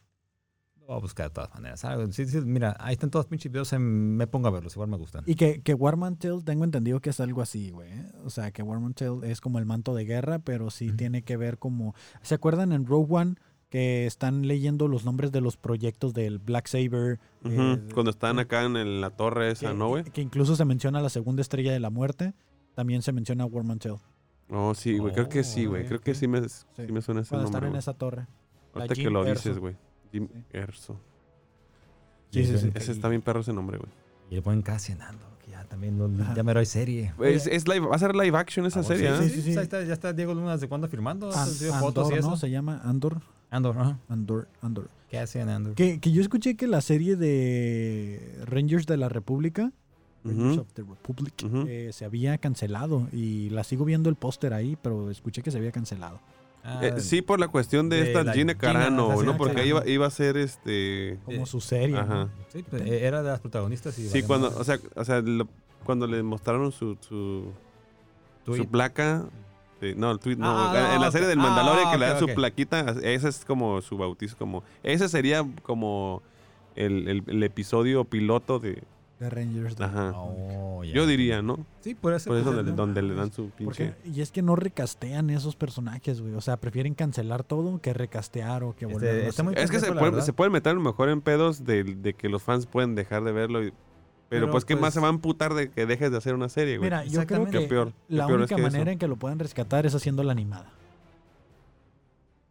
S3: Lo voy a buscar de todas maneras. Ah, sí, sí, mira, ahí están todos pinches videos. em, Me pongo a verlos. Igual me gustan.
S2: Y que, que Warmantel, tengo entendido que es algo así, güey. ¿eh? O sea, que Warmantel es como el manto de guerra, pero sí
S3: Ujú.
S2: tiene que ver como. ¿Se acuerdan en Rogue One? Que están leyendo los nombres de los proyectos del Black Saber.
S1: Ujú,
S2: eh,
S1: Cuando estaban acá en, el- la torre esa,
S2: que,
S1: ¿no, güey?
S2: que- que incluso se menciona la segunda estrella de la muerte. También se menciona Warmantel.
S1: Oh, sí, güey. Creo que sí,
S3: Oh,
S1: güey.
S3: ok,
S1: Creo que
S3: ok.
S1: sí me, sí me suena ese
S2: eh, Cuando están
S1: nombre.
S2: en
S1: güey.
S2: esa torre.
S1: Ahorita que
S2: Jim
S1: lo
S2: Erso.
S1: dices, güey. Jim
S2: Sí.
S1: Erso.
S2: Sí, sí, sí.
S1: Ese está bien perro ese nombre, güey.
S3: Y el buen Casenando. Que ya también. lo-
S2: Ajá.
S3: ya me doy serie.
S1: Güey, Es, es live, va a ser live action esa
S3: Ah, bueno,
S1: serie, ¿ah?
S2: eh. sí, sí.
S3: Ahí está, ya está Diego Luna desde cuándo firmando. Ha
S2: An-
S3: subido Ah, fotos y
S2: Andor, ¿no?
S3: eso.
S2: Se llama Andor.
S3: Andor, ajá.
S2: Andor, Andor.
S3: Casenando.
S2: Que, que yo escuché que la serie de Rangers de la República, Rangers
S1: Ujú.
S2: of the Republic,
S1: Ujú.
S2: eh, se había cancelado y la sigo viendo el póster ahí, pero escuché que se había cancelado.
S3: Ah,
S1: Eh, sí, por la cuestión de,
S3: de
S1: esta
S3: la
S1: Gina
S3: Gina,
S1: Carano,
S3: ajá,
S1: güey, ¿no?
S2: Ah, Gina
S1: Porque
S2: Carano.
S1: iba, iba a ser este.
S2: Como
S3: Eh,
S2: su serie.
S1: Ajá.
S2: ¿no?
S3: Sí, pues, eh, era de las protagonistas. y
S1: Sí,
S3: valió
S1: cuando,
S3: madre.
S1: o sea, o sea lo- cuando le mostraron su, su,
S3: Tweet.
S1: su placa. de- no, el tweet no.
S3: Ah,
S1: en
S3: no,
S1: la serie
S3: ok.
S1: del Mandalorian
S3: Ah,
S1: que le
S3: ok,
S1: dan
S3: ok.
S1: su plaquita, ese es como su bautizo. como Ese sería como el, el- el episodio piloto de.
S2: De Rangers. de-
S1: Ajá.
S3: Oh, ya.
S1: Ah, Yo diría, ¿no?
S3: Sí, pues por eso.
S1: Por eso
S2: Ajá,
S1: donde,
S2: no
S1: donde le dan
S2: mames.
S1: su
S2: Porque,
S1: pinche.
S2: y es que no recastean esos personajes, güey. O sea, prefieren cancelar todo que recastear o que
S3: Este,
S2: volver a
S3: está
S2: hacer.
S3: muy-
S1: Es que se
S3: la
S1: pueden
S3: verdad.
S1: se pueden meter a lo mejor en pedos de, de que los fans pueden dejar de verlo. y- pero,
S3: Pero,
S1: pues, ¿qué
S3: pues,
S1: más se va a amputar de que dejes de hacer una serie, güey?
S2: Mira, yo creo
S3: Exactamente.
S2: que
S1: Qué peor. qué
S2: La
S1: peor es
S2: única
S1: que eso.
S2: manera en que lo puedan rescatar es haciendo la animada.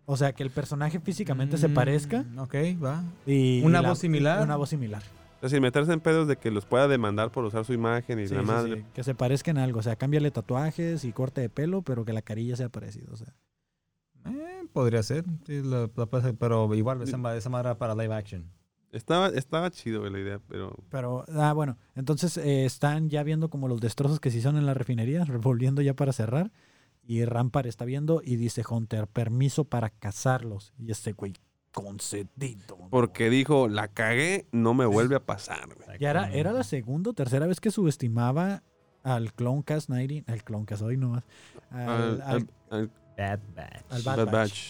S2: O sea, que el personaje físicamente se
S3: Mm,
S2: parezca
S3: Ok, va.
S2: y...
S3: ¿Una
S2: y la-
S3: voz similar?
S2: Una voz similar.
S1: O sea, sin meterse en pedos de que los pueda demandar por usar su imagen y
S2: Sí,
S1: la
S2: sí,
S1: madre.
S2: sí, Que se parezca en algo. O sea, cámbiale tatuajes y corte de pelo, pero que la carilla sea parecida. O sea,
S3: Eh, podría ser, sí, la- la puede ser, pero igual esa, ma- esa madre era para live action.
S1: Estaba, estaba chido güey, la idea, pero
S2: Pero, ah, bueno, entonces eh, están ya viendo como los destrozos que se hicieron en la refinería, <laughs> volviendo ya para cerrar. Y Rampar está viendo y dice Hunter, permiso para cazarlos. Y este güey, concedido.
S1: porque dijo, la cagué, no me vuelve a pasar, güey.
S2: Ya
S3: mm,
S2: era, era la segunda o tercera vez que subestimaba al Cloncast 90, al Cloncast hoy nomás. <laughs> Al,
S1: Al-
S2: al,
S1: al- al-
S3: Bad Batch.
S2: al Bad
S1: Bad
S2: Batch.
S1: Batch.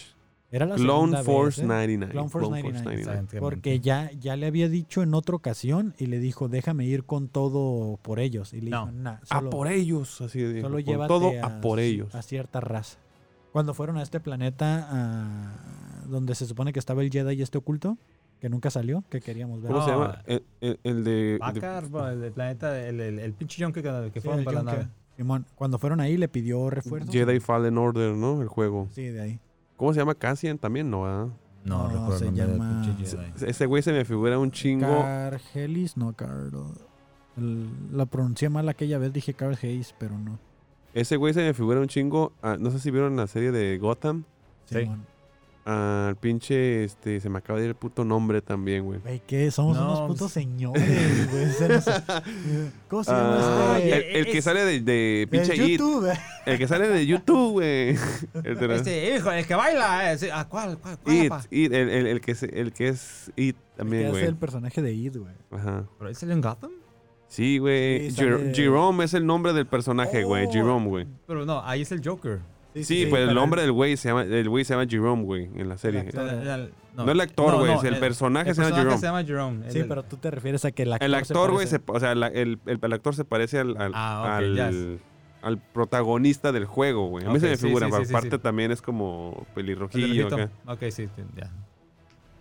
S2: Era la segunda
S1: Clone
S2: vez,
S1: Force
S2: ¿eh?
S1: 99.
S2: Clone Force
S1: 99.
S3: Exactamente.
S2: Porque ya, ya le había dicho en otra ocasión y le dijo, déjame ir con todo por ellos. Y le
S3: No.
S2: dijo, "Nah,
S1: A
S2: solo-
S1: por ellos, así de
S2: Solo llévate
S1: Todo
S2: a,
S1: a por ellos.
S2: a cierta raza. Cuando fueron a este planeta a- donde se supone que estaba el Jedi y este oculto, que nunca salió, que queríamos ver. Ah,
S1: ¿Cómo se
S3: No.
S1: llama? El, el- el de... el de-
S3: Bacar, bro, el, el planeta, el, el, el pinche yonke que, que
S2: Sí,
S3: fueron
S2: el
S3: para la
S2: Yonke.
S3: nave.
S2: Simón, cuando fueron ahí le pidió refuerzos.
S1: Jedi Fallen Order, ¿no? El juego.
S2: Sí, de ahí.
S1: ¿Cómo se llama? Cassian también, ¿no? ¿verdad?
S2: No, se llama-
S1: Ese- Ese güey se me figura un chingo.
S2: Cargelis, no, Carl. el- La pronuncié mal aquella vez, dije Carl Hayes, pero no.
S1: Ese güey se me figura un chingo. a- no sé si vieron la serie de Gotham.
S3: Sí.
S2: Simón.
S1: Al pinche, este, se me acaba de ir el puto nombre también,
S2: <laughs>
S1: güey.
S2: Güey, ¿qué? Somos
S3: No,
S2: unos
S3: pues-
S2: putos señores, güey.
S1: <laughs>
S2: Se nos- ¿Cómo se llama
S1: Ah,
S2: este?
S1: el, el que
S3: es-
S1: sale de, de
S2: El
S1: pinche It.
S2: YouTube. eh.
S1: El que sale de YouTube,
S2: <laughs>
S1: güey. El de la-
S3: Este, hijo, el que baila. eh, sí, ah, ¿Cuál? ¿Cuál? cuál
S1: It,
S3: apa?
S1: It, el, el- el que es, el que es It
S2: Que
S1: también,
S2: hace
S1: güey.
S2: el personaje de Id, güey.
S1: Ajá.
S3: ¿Pero él salió en Gotham?
S1: Sí, güey.
S2: Sí,
S1: Jer-
S2: sale-
S1: Jerome es el nombre del personaje, güey.
S3: Oh.
S1: Jerome, güey.
S3: Pero no, ahí es el Joker.
S1: Sí, pues el
S2: pero
S1: nombre del güey se llama, el güey se llama Jerome, güey, en la serie.
S2: actor.
S1: No el actor,
S3: No,
S1: güey,
S3: no,
S1: es el, personaje
S3: el
S1: se llama
S3: personaje
S1: Jerome.
S3: se llama Jerome.
S2: Sí,
S3: el-
S2: pero tú te refieres a que el actor.
S1: El
S2: se
S1: actor, güey,
S2: parece.
S1: se, o sea, la- el, el- el actor se parece al, al,
S3: Ah, ok,
S1: al-
S3: ya.
S1: al protagonista del juego, güey. A mí
S3: Ok,
S1: se me
S3: sí,
S1: figura,
S3: sí,
S1: pero
S3: sí, sí,
S1: aparte
S3: sí.
S1: también es como
S3: el del
S1: pelirrojillo acá.
S3: rojito. Ok, sí, sí, ya.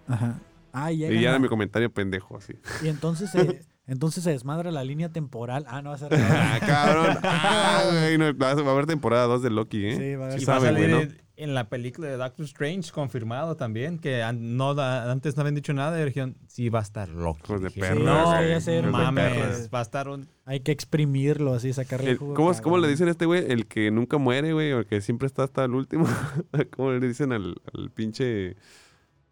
S2: Ajá. Ah, llegan
S1: Y ya
S2: a-
S1: era mi comentario pendejo, así.
S2: y
S1: <laughs>
S2: entonces, se- entonces se desmadra la línea temporal. Ah, no va a ser.
S1: Ah, cabrón. Ah, güey, no, va a haber temporada 2 de Loki, ¿eh?
S2: Sí, va a haber-
S1: Sí
S3: Y va a
S1: saben,
S3: salir
S1: güey, ¿no?
S3: en- en la película de Doctor Strange confirmado también, que an- no da- antes no habían dicho nada y dijeron, sí, va a estar loco.
S1: Hijos de
S3: Dije,
S1: perra,
S3: no,
S1: güey.
S2: ya sé,
S1: Hijos de
S2: perra.
S1: perra.
S3: mames, va a estar un...
S2: Hay que exprimirlo así, sacarle el
S1: El-
S2: jugo.
S1: ¿cómo, es- cómo le
S2: cabrón.
S1: dicen a este güey? El que nunca muere, güey, o el que siempre está hasta el último. <laughs> ¿Cómo le dicen al, al pinche.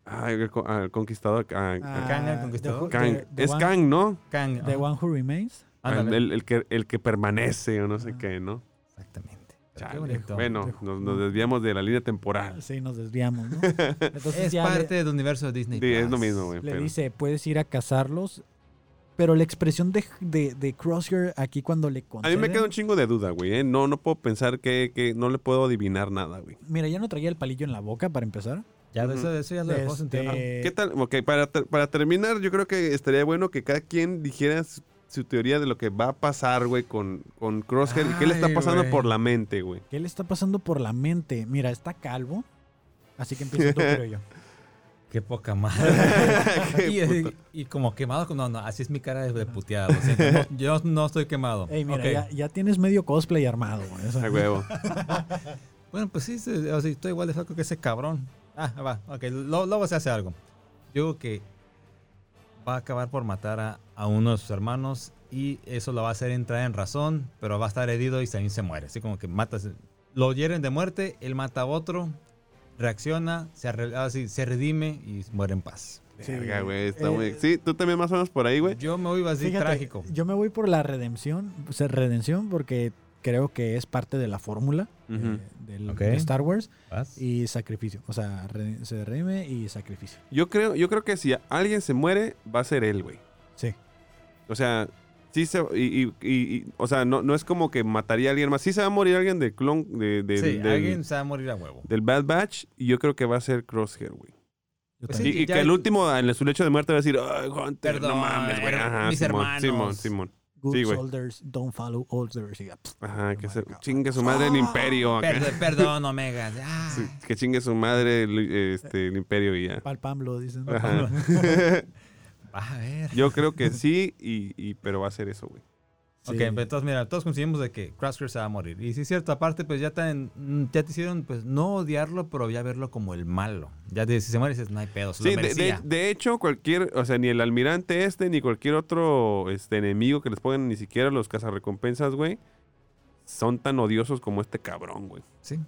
S1: Ay, al co- al conquistador? a- a-
S2: Ah,
S3: Kang el Conquistador.
S2: the-
S1: Kang.
S2: the- the
S1: Es
S2: one-
S1: Kang, ¿no?
S3: Kang.
S2: The
S3: ajá,
S2: One Who Remains.
S3: ándale.
S1: El, el que, el que permanece o no sé
S2: Ajá.
S1: qué, ¿no?
S3: Exactamente. Pero qué
S1: Chale,
S3: bonito.
S1: bueno, nos, nos desviamos de la línea temporal.
S2: Ah, Sí, nos desviamos,
S1: <laughs>
S2: ¿no? Entonces
S3: es
S2: ya le-
S3: parte del universo de Disney.
S1: Sí, es
S3: Plus.
S1: lo mismo, güey.
S2: Le
S1: pero-
S2: dice, puedes ir a cazarlos. Pero la expresión de, de, de Crosshair aquí cuando le
S1: A mí
S2: conceden...
S1: me queda un chingo de duda, güey. ¿eh? No, no puedo pensar que, que no le puedo adivinar nada, güey.
S2: Mira, ya no traía el palillo en la boca para empezar.
S3: Ya, de eso, de eso ya lo dejó sentir.
S2: Este,
S1: ¿Qué tal? Ok, para, ter- para terminar, yo creo que estaría bueno que cada quien dijera su, su teoría de lo que va a pasar, güey, con, con Crosshair y qué le está
S3: Ay,
S1: pasando
S3: güey.
S1: por la mente, güey.
S2: ¿Qué le está pasando por la mente? Mira, está calvo. Así que empiezo
S1: <laughs>
S2: tú, creo yo.
S3: Qué poca madre. <laughs>
S1: Qué puto.
S3: y, y como quemado, no, no, así es mi cara de, de puteado.
S2: <laughs>
S3: lo siento. No, yo no estoy quemado.
S2: Ey, mira,
S3: Ok.
S2: ya, ya tienes medio cosplay armado, güey. O sea,
S1: A huevo.
S3: Bueno, pues sí, sí, o sea, estoy igual de flaco que ese cabrón. Ah, va, ok, lo- luego se hace algo. Yo digo que va a acabar por matar a, a uno de sus hermanos y eso lo va a hacer entrar en razón, pero va a estar herido y también se muere. Así como que matas, lo hieren de muerte, él mata a otro, reacciona, se, arre- ah, sí, se redime y muere en paz.
S2: Sí.
S1: Verga, güey, está
S2: Eh,
S1: muy- Sí, tú también más o menos por ahí, güey.
S3: Yo me voy así
S2: fíjate,
S3: trágico.
S2: Yo me voy por la redención, o sea, redención porque creo que es parte de la fórmula eh,
S1: Ujú.
S2: del,
S3: Ok.
S2: de Star Wars
S3: ¿Vas?
S2: y sacrificio. O sea, re- se redime y sacrificio.
S1: Yo creo, yo creo que si alguien se muere, va a ser él, güey.
S2: Sí.
S1: O sea, sí se. Y, y- y- y- o sea, no, no es como que mataría a alguien más. Sí se va a morir alguien del clon. De, de-
S3: sí,
S1: del,
S3: alguien se va a morir a huevo.
S1: del Bad Batch. Y yo creo que va a ser Crosshair, güey.
S2: Yo
S3: Pues
S1: Y,
S2: también.
S3: sí.
S1: y
S3: ya-
S1: que el último, en su lecho de muerte, va a decir: ¡Ay, Hunter, no
S3: Perdón,
S1: mames, güey!
S3: her-
S1: Ajá,
S3: mis
S1: Simón,
S3: hermanos.
S1: Simón, Simón.
S2: Good
S1: sí, güey.
S2: soldiers don't follow orders. Y ya, pff,
S3: Oh
S1: Ajá, que se,
S2: Madre, cabrón.
S1: chingue su madre el imperio. acá.
S3: Perdón, perdón, Omega. Ah.
S1: <laughs> Sí, que chingue su madre el, este, el imperio y ya.
S2: pal pamlo, dicen. <laughs>
S1: Ajá.
S3: Vas Ah, a ver.
S1: <laughs> Yo creo que sí, y, y- pero va a ser eso, güey.
S2: Sí.
S3: Ok, pero entonces mira, todos coincidimos de que Crosshair se va a morir. Y sí es cierto, aparte pues ya, te, mm, ya te hicieron pues no odiarlo, pero ya verlo como el malo. Ya te, si se muere dices, no hay pedo, se
S1: Sí,
S3: Pues lo
S1: de, de-
S3: merecía".
S1: de hecho, cualquier, o sea, ni el almirante este, ni cualquier otro este, enemigo que les pongan, ni siquiera los cazarrecompensas, güey, son tan odiosos como este cabrón, güey.
S3: Sí.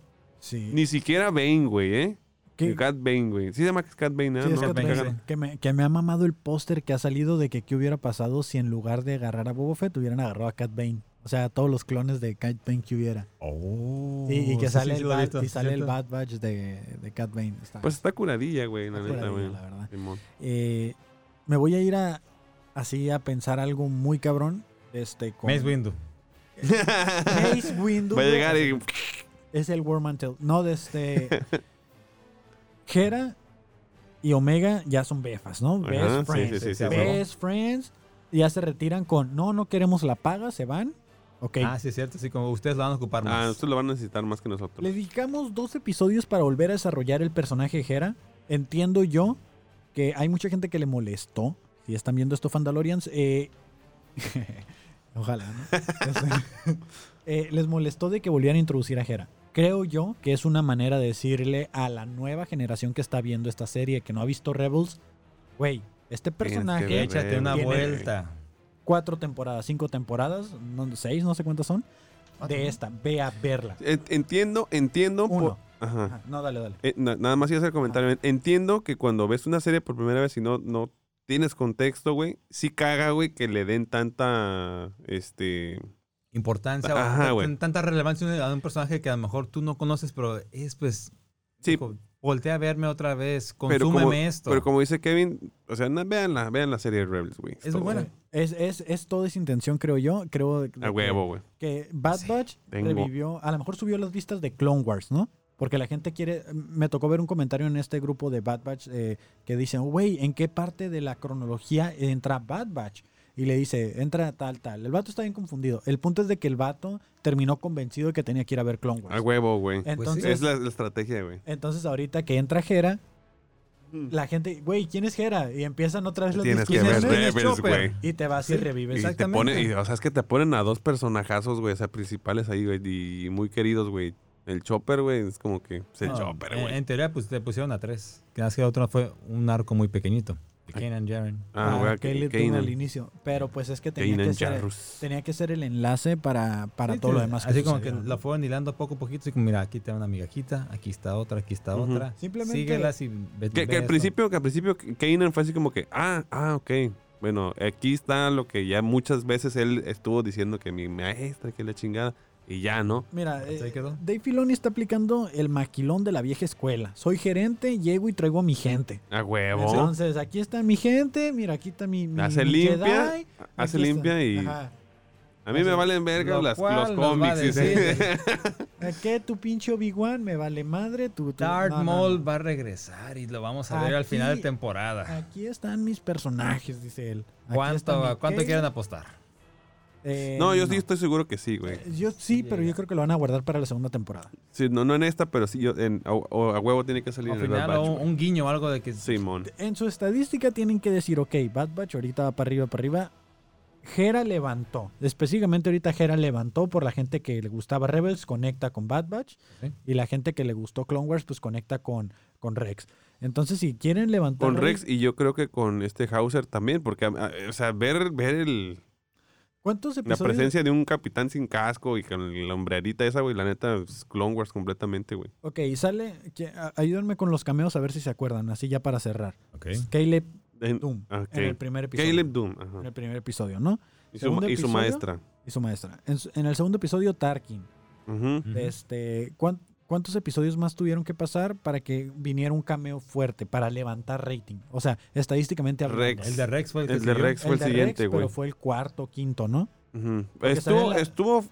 S2: Sí.
S1: Ni siquiera Bane, güey, ¿eh?
S2: ¿Qué-
S1: Cat Bane, güey. Sí se llama Cat Bane, ¿eh?
S2: Sí,
S1: No,
S2: es que,
S3: Cat
S1: estoy
S3: Bane,
S2: otra-
S1: cagando.
S2: que me, que me ha mamado el póster que ha salido de que qué hubiera pasado si en lugar de agarrar a Boba Fett hubieran agarrado a Cat Bane. O sea, todos los clones de Cat Bane que hubiera.
S3: Oh,
S2: Sí, y que
S3: sí,
S2: sale,
S3: sí, sí
S2: el,
S3: lo he
S2: Bad-
S3: visto,
S2: y sale el
S3: ¿cierto?
S2: Bad Batch de, de Cat Bane. Está,
S1: Pues está curadilla, güey, la
S2: está
S1: neta,
S2: curadilla,
S1: güey.
S2: la verdad.
S1: Simón.
S2: Eh, me voy a ir a así a pensar algo muy cabrón. Este, con
S3: Mace Windu.
S1: <laughs>
S2: Mace Windu.
S1: Va a llegar y.
S2: Es el Warmantle.
S1: <laughs>
S2: No, desde. Hera y Omega ya son befas, ¿no?
S1: Ajá,
S2: Best
S1: sí,
S2: friends.
S1: sí, sí, sí,
S3: Ya,
S1: sí.
S3: huevo.
S2: Best friends. Ya se retiran con. No, no queremos la paga, se van. Ok.
S3: Ah, sí, es cierto. Así como ustedes lo van a ocupar
S1: Ah,
S3: más.
S1: ustedes lo van a necesitar más que nosotros.
S2: Le dedicamos dos episodios para volver a desarrollar el personaje Hera. Entiendo yo que hay mucha gente que le molestó. Si están viendo esto, Fandalorians. eh, <laughs> Ojalá, ¿no? <laughs> Este, eh, les molestó de que volvieran a introducir a Hera. Creo yo que es una manera de decirle a la nueva generación que está viendo esta serie, que no ha visto Rebels, güey,
S1: Tienes que
S2: este personaje,
S1: ver.
S3: Échate una
S2: Tiene-
S3: vuelta.
S2: cuatro temporadas, cinco temporadas, no, seis, no sé cuántas son, de esta, ve a verla.
S1: En- Entiendo, entiendo. por-
S2: Uno.
S1: Ajá.
S2: Ajá, No, dale, dale.
S1: Eh, na- nada más iba a hacer el comentario. Entiendo que cuando ves una serie por primera vez y no, no tienes contexto, güey, sí caga, güey, que le den tanta, este...
S3: Importancia.
S1: Ajá,
S3: o-
S1: güey.
S3: tan- Tanta relevancia a un personaje que a lo mejor tú no conoces, pero es pues.
S1: Sí.
S3: hijo, voltea a verme otra vez.
S1: Pero como,
S3: Consúmeme esto.
S1: pero como dice Kevin, o sea, na- vean, la, vean la serie de Rebels, güey.
S3: Es muy buena.
S2: Es, es, es toda esa intención, creo yo. Creo de-
S1: A huevo, güey.
S2: que Bad
S3: Sí,
S2: Batch
S1: tengo.
S2: revivió, a lo mejor subió las vistas de Clone Wars, ¿no? Porque la gente quiere, me tocó ver un comentario en este grupo de Bad Batch eh, que dicen, güey, ¿en qué parte de la cronología entra Bad Batch? Y le dice, entra tal, tal. El vato está bien confundido. El punto es de que el vato terminó convencido de que tenía que ir a ver Clone Wars.
S1: A huevo,
S3: Pues
S1: güey.
S2: Entonces,
S1: Es la, la estrategia, güey.
S2: entonces ahorita que entra Jera,
S3: Mm.
S2: la gente, güey, ¿quién es Jera? Y empiezan otra vez las
S1: Tienes que ver
S2: discusiones
S1: Rebels,
S3: Chopper.
S1: güey.
S2: y te vas y
S3: Sí.
S2: revives.
S1: Y te
S3: Exactamente.
S1: ponen, y, o sea, es que te ponen a dos personajazos, güey, o sea, principales ahí, güey, y muy queridos, güey. El Chopper, güey, es como que es el
S3: No,
S1: Chopper,
S3: en-
S1: güey.
S3: En teoría, pues te pusieron a tres. Que más que otro fue un arco muy pequeñito. De Kanan Jaren.
S1: Ah, güey,
S2: que le tuvo al
S1: Kanan.
S2: inicio. Pero pues es que tenía que,
S1: Kanan
S2: ser,
S1: Jarrus.
S2: tenía que ser el enlace para, para
S3: Sí,
S2: todo
S3: sí,
S2: lo demás. que
S3: Así como que
S2: sucedió, ¿no?
S3: la fueron hilando poco a poquito. Así como, mira, aquí te da una migajita, aquí está otra, aquí está
S1: Ujú.
S3: otra.
S2: Simplemente-
S3: Síguelas y ve-
S1: Que, que
S3: ve
S1: al
S3: esto.
S1: principio, que al principio Kanan fue así como que, ah, ah, ok. Bueno, aquí está lo que ya muchas veces él estuvo diciendo que mi maestra, que la chingada, y ya, ¿no?
S2: Mira,
S3: Hasta ahí
S2: eh,
S3: quedó.
S2: Dave Filoni está aplicando el maquilón de la vieja escuela. Soy gerente, llego y traigo a mi gente.
S1: A huevo.
S2: Entonces, aquí está mi gente, mira, aquí está mi, mi
S1: Hace
S2: mi
S1: limpia,
S2: Jedi,
S1: Hace
S2: aquí está.
S1: limpia y
S2: Ajá.
S1: a mí me
S3: Lo
S1: valen verga las,
S3: cual
S1: los
S3: nos va a
S1: cómics. dice.
S3: decir-
S2: ¿A ¿Qué tu pinche Obi-Wan? Me vale madre tu... tu-
S3: Darth
S2: no, no, no.
S3: Maul va a regresar y lo vamos a ver al
S2: Aquí-
S3: final de temporada.
S2: Aquí están mis personajes, dice él. Aquí está mi
S3: ¿Cuánto, ¿cuánto
S2: Kane.
S3: quieren apostar?
S2: Eh,
S1: <laughs> No, yo sí estoy seguro que sí, güey.
S2: Eh, Yo sí, pero yo creo que lo van a guardar para la segunda temporada.
S1: Sí, no, no en esta, pero sí, yo, en, o- o a huevo tiene que salir
S3: Al
S1: en el Bad
S3: final,
S1: Batch,
S3: un,
S1: güey.
S3: un guiño o algo de que.
S1: Simón.
S2: En su estadística tienen que decir, ok, Bad Batch ahorita va para arriba, para arriba. Hera levantó. Específicamente ahorita Hera levantó por la gente que le gustaba Rebels, conecta con Bad Batch.
S3: Sí.
S2: Y la gente que le gustó Clone Wars, pues conecta con, con Rex. Entonces, si quieren levantar...
S1: Con Rex y yo creo que con este Hauser también, porque, a- a- o sea, ver, ver el,
S2: ¿Cuántos
S1: La
S2: episodios?
S1: presencia de un capitán sin casco y con la hombrerita esa, güey, la neta, es Clone Wars completamente, güey.
S2: Ok, sale... que- a- ayúdenme con los cameos a ver si se acuerdan, así ya para cerrar.
S3: Ok.
S2: Caleb
S1: En-
S2: Doom,
S1: ah,
S2: en
S1: ok.
S2: el primer episodio.
S1: Caleb Doom, ajá.
S2: En el primer episodio, ¿no?
S1: Y, su,
S2: segundo
S1: y su
S2: episodio.
S1: maestra.
S2: Y su maestra. En, su- en el segundo episodio, Tarkin.
S1: Ujú.
S2: Este, ¿cuán- ¿Cuántos episodios más tuvieron que pasar para que viniera un cameo fuerte, para levantar rating? O sea, estadísticamente hablando. ¿eh?
S1: Rex.
S3: El de Rex fue el que
S1: El de
S3: siguió.
S1: Rex. fue el
S2: de
S1: siguiente, güey.
S2: Pero fue el cuarto, quinto, ¿no?
S1: Ujú.
S2: Porque
S1: Estuvo,
S2: sale la-
S1: estuvo,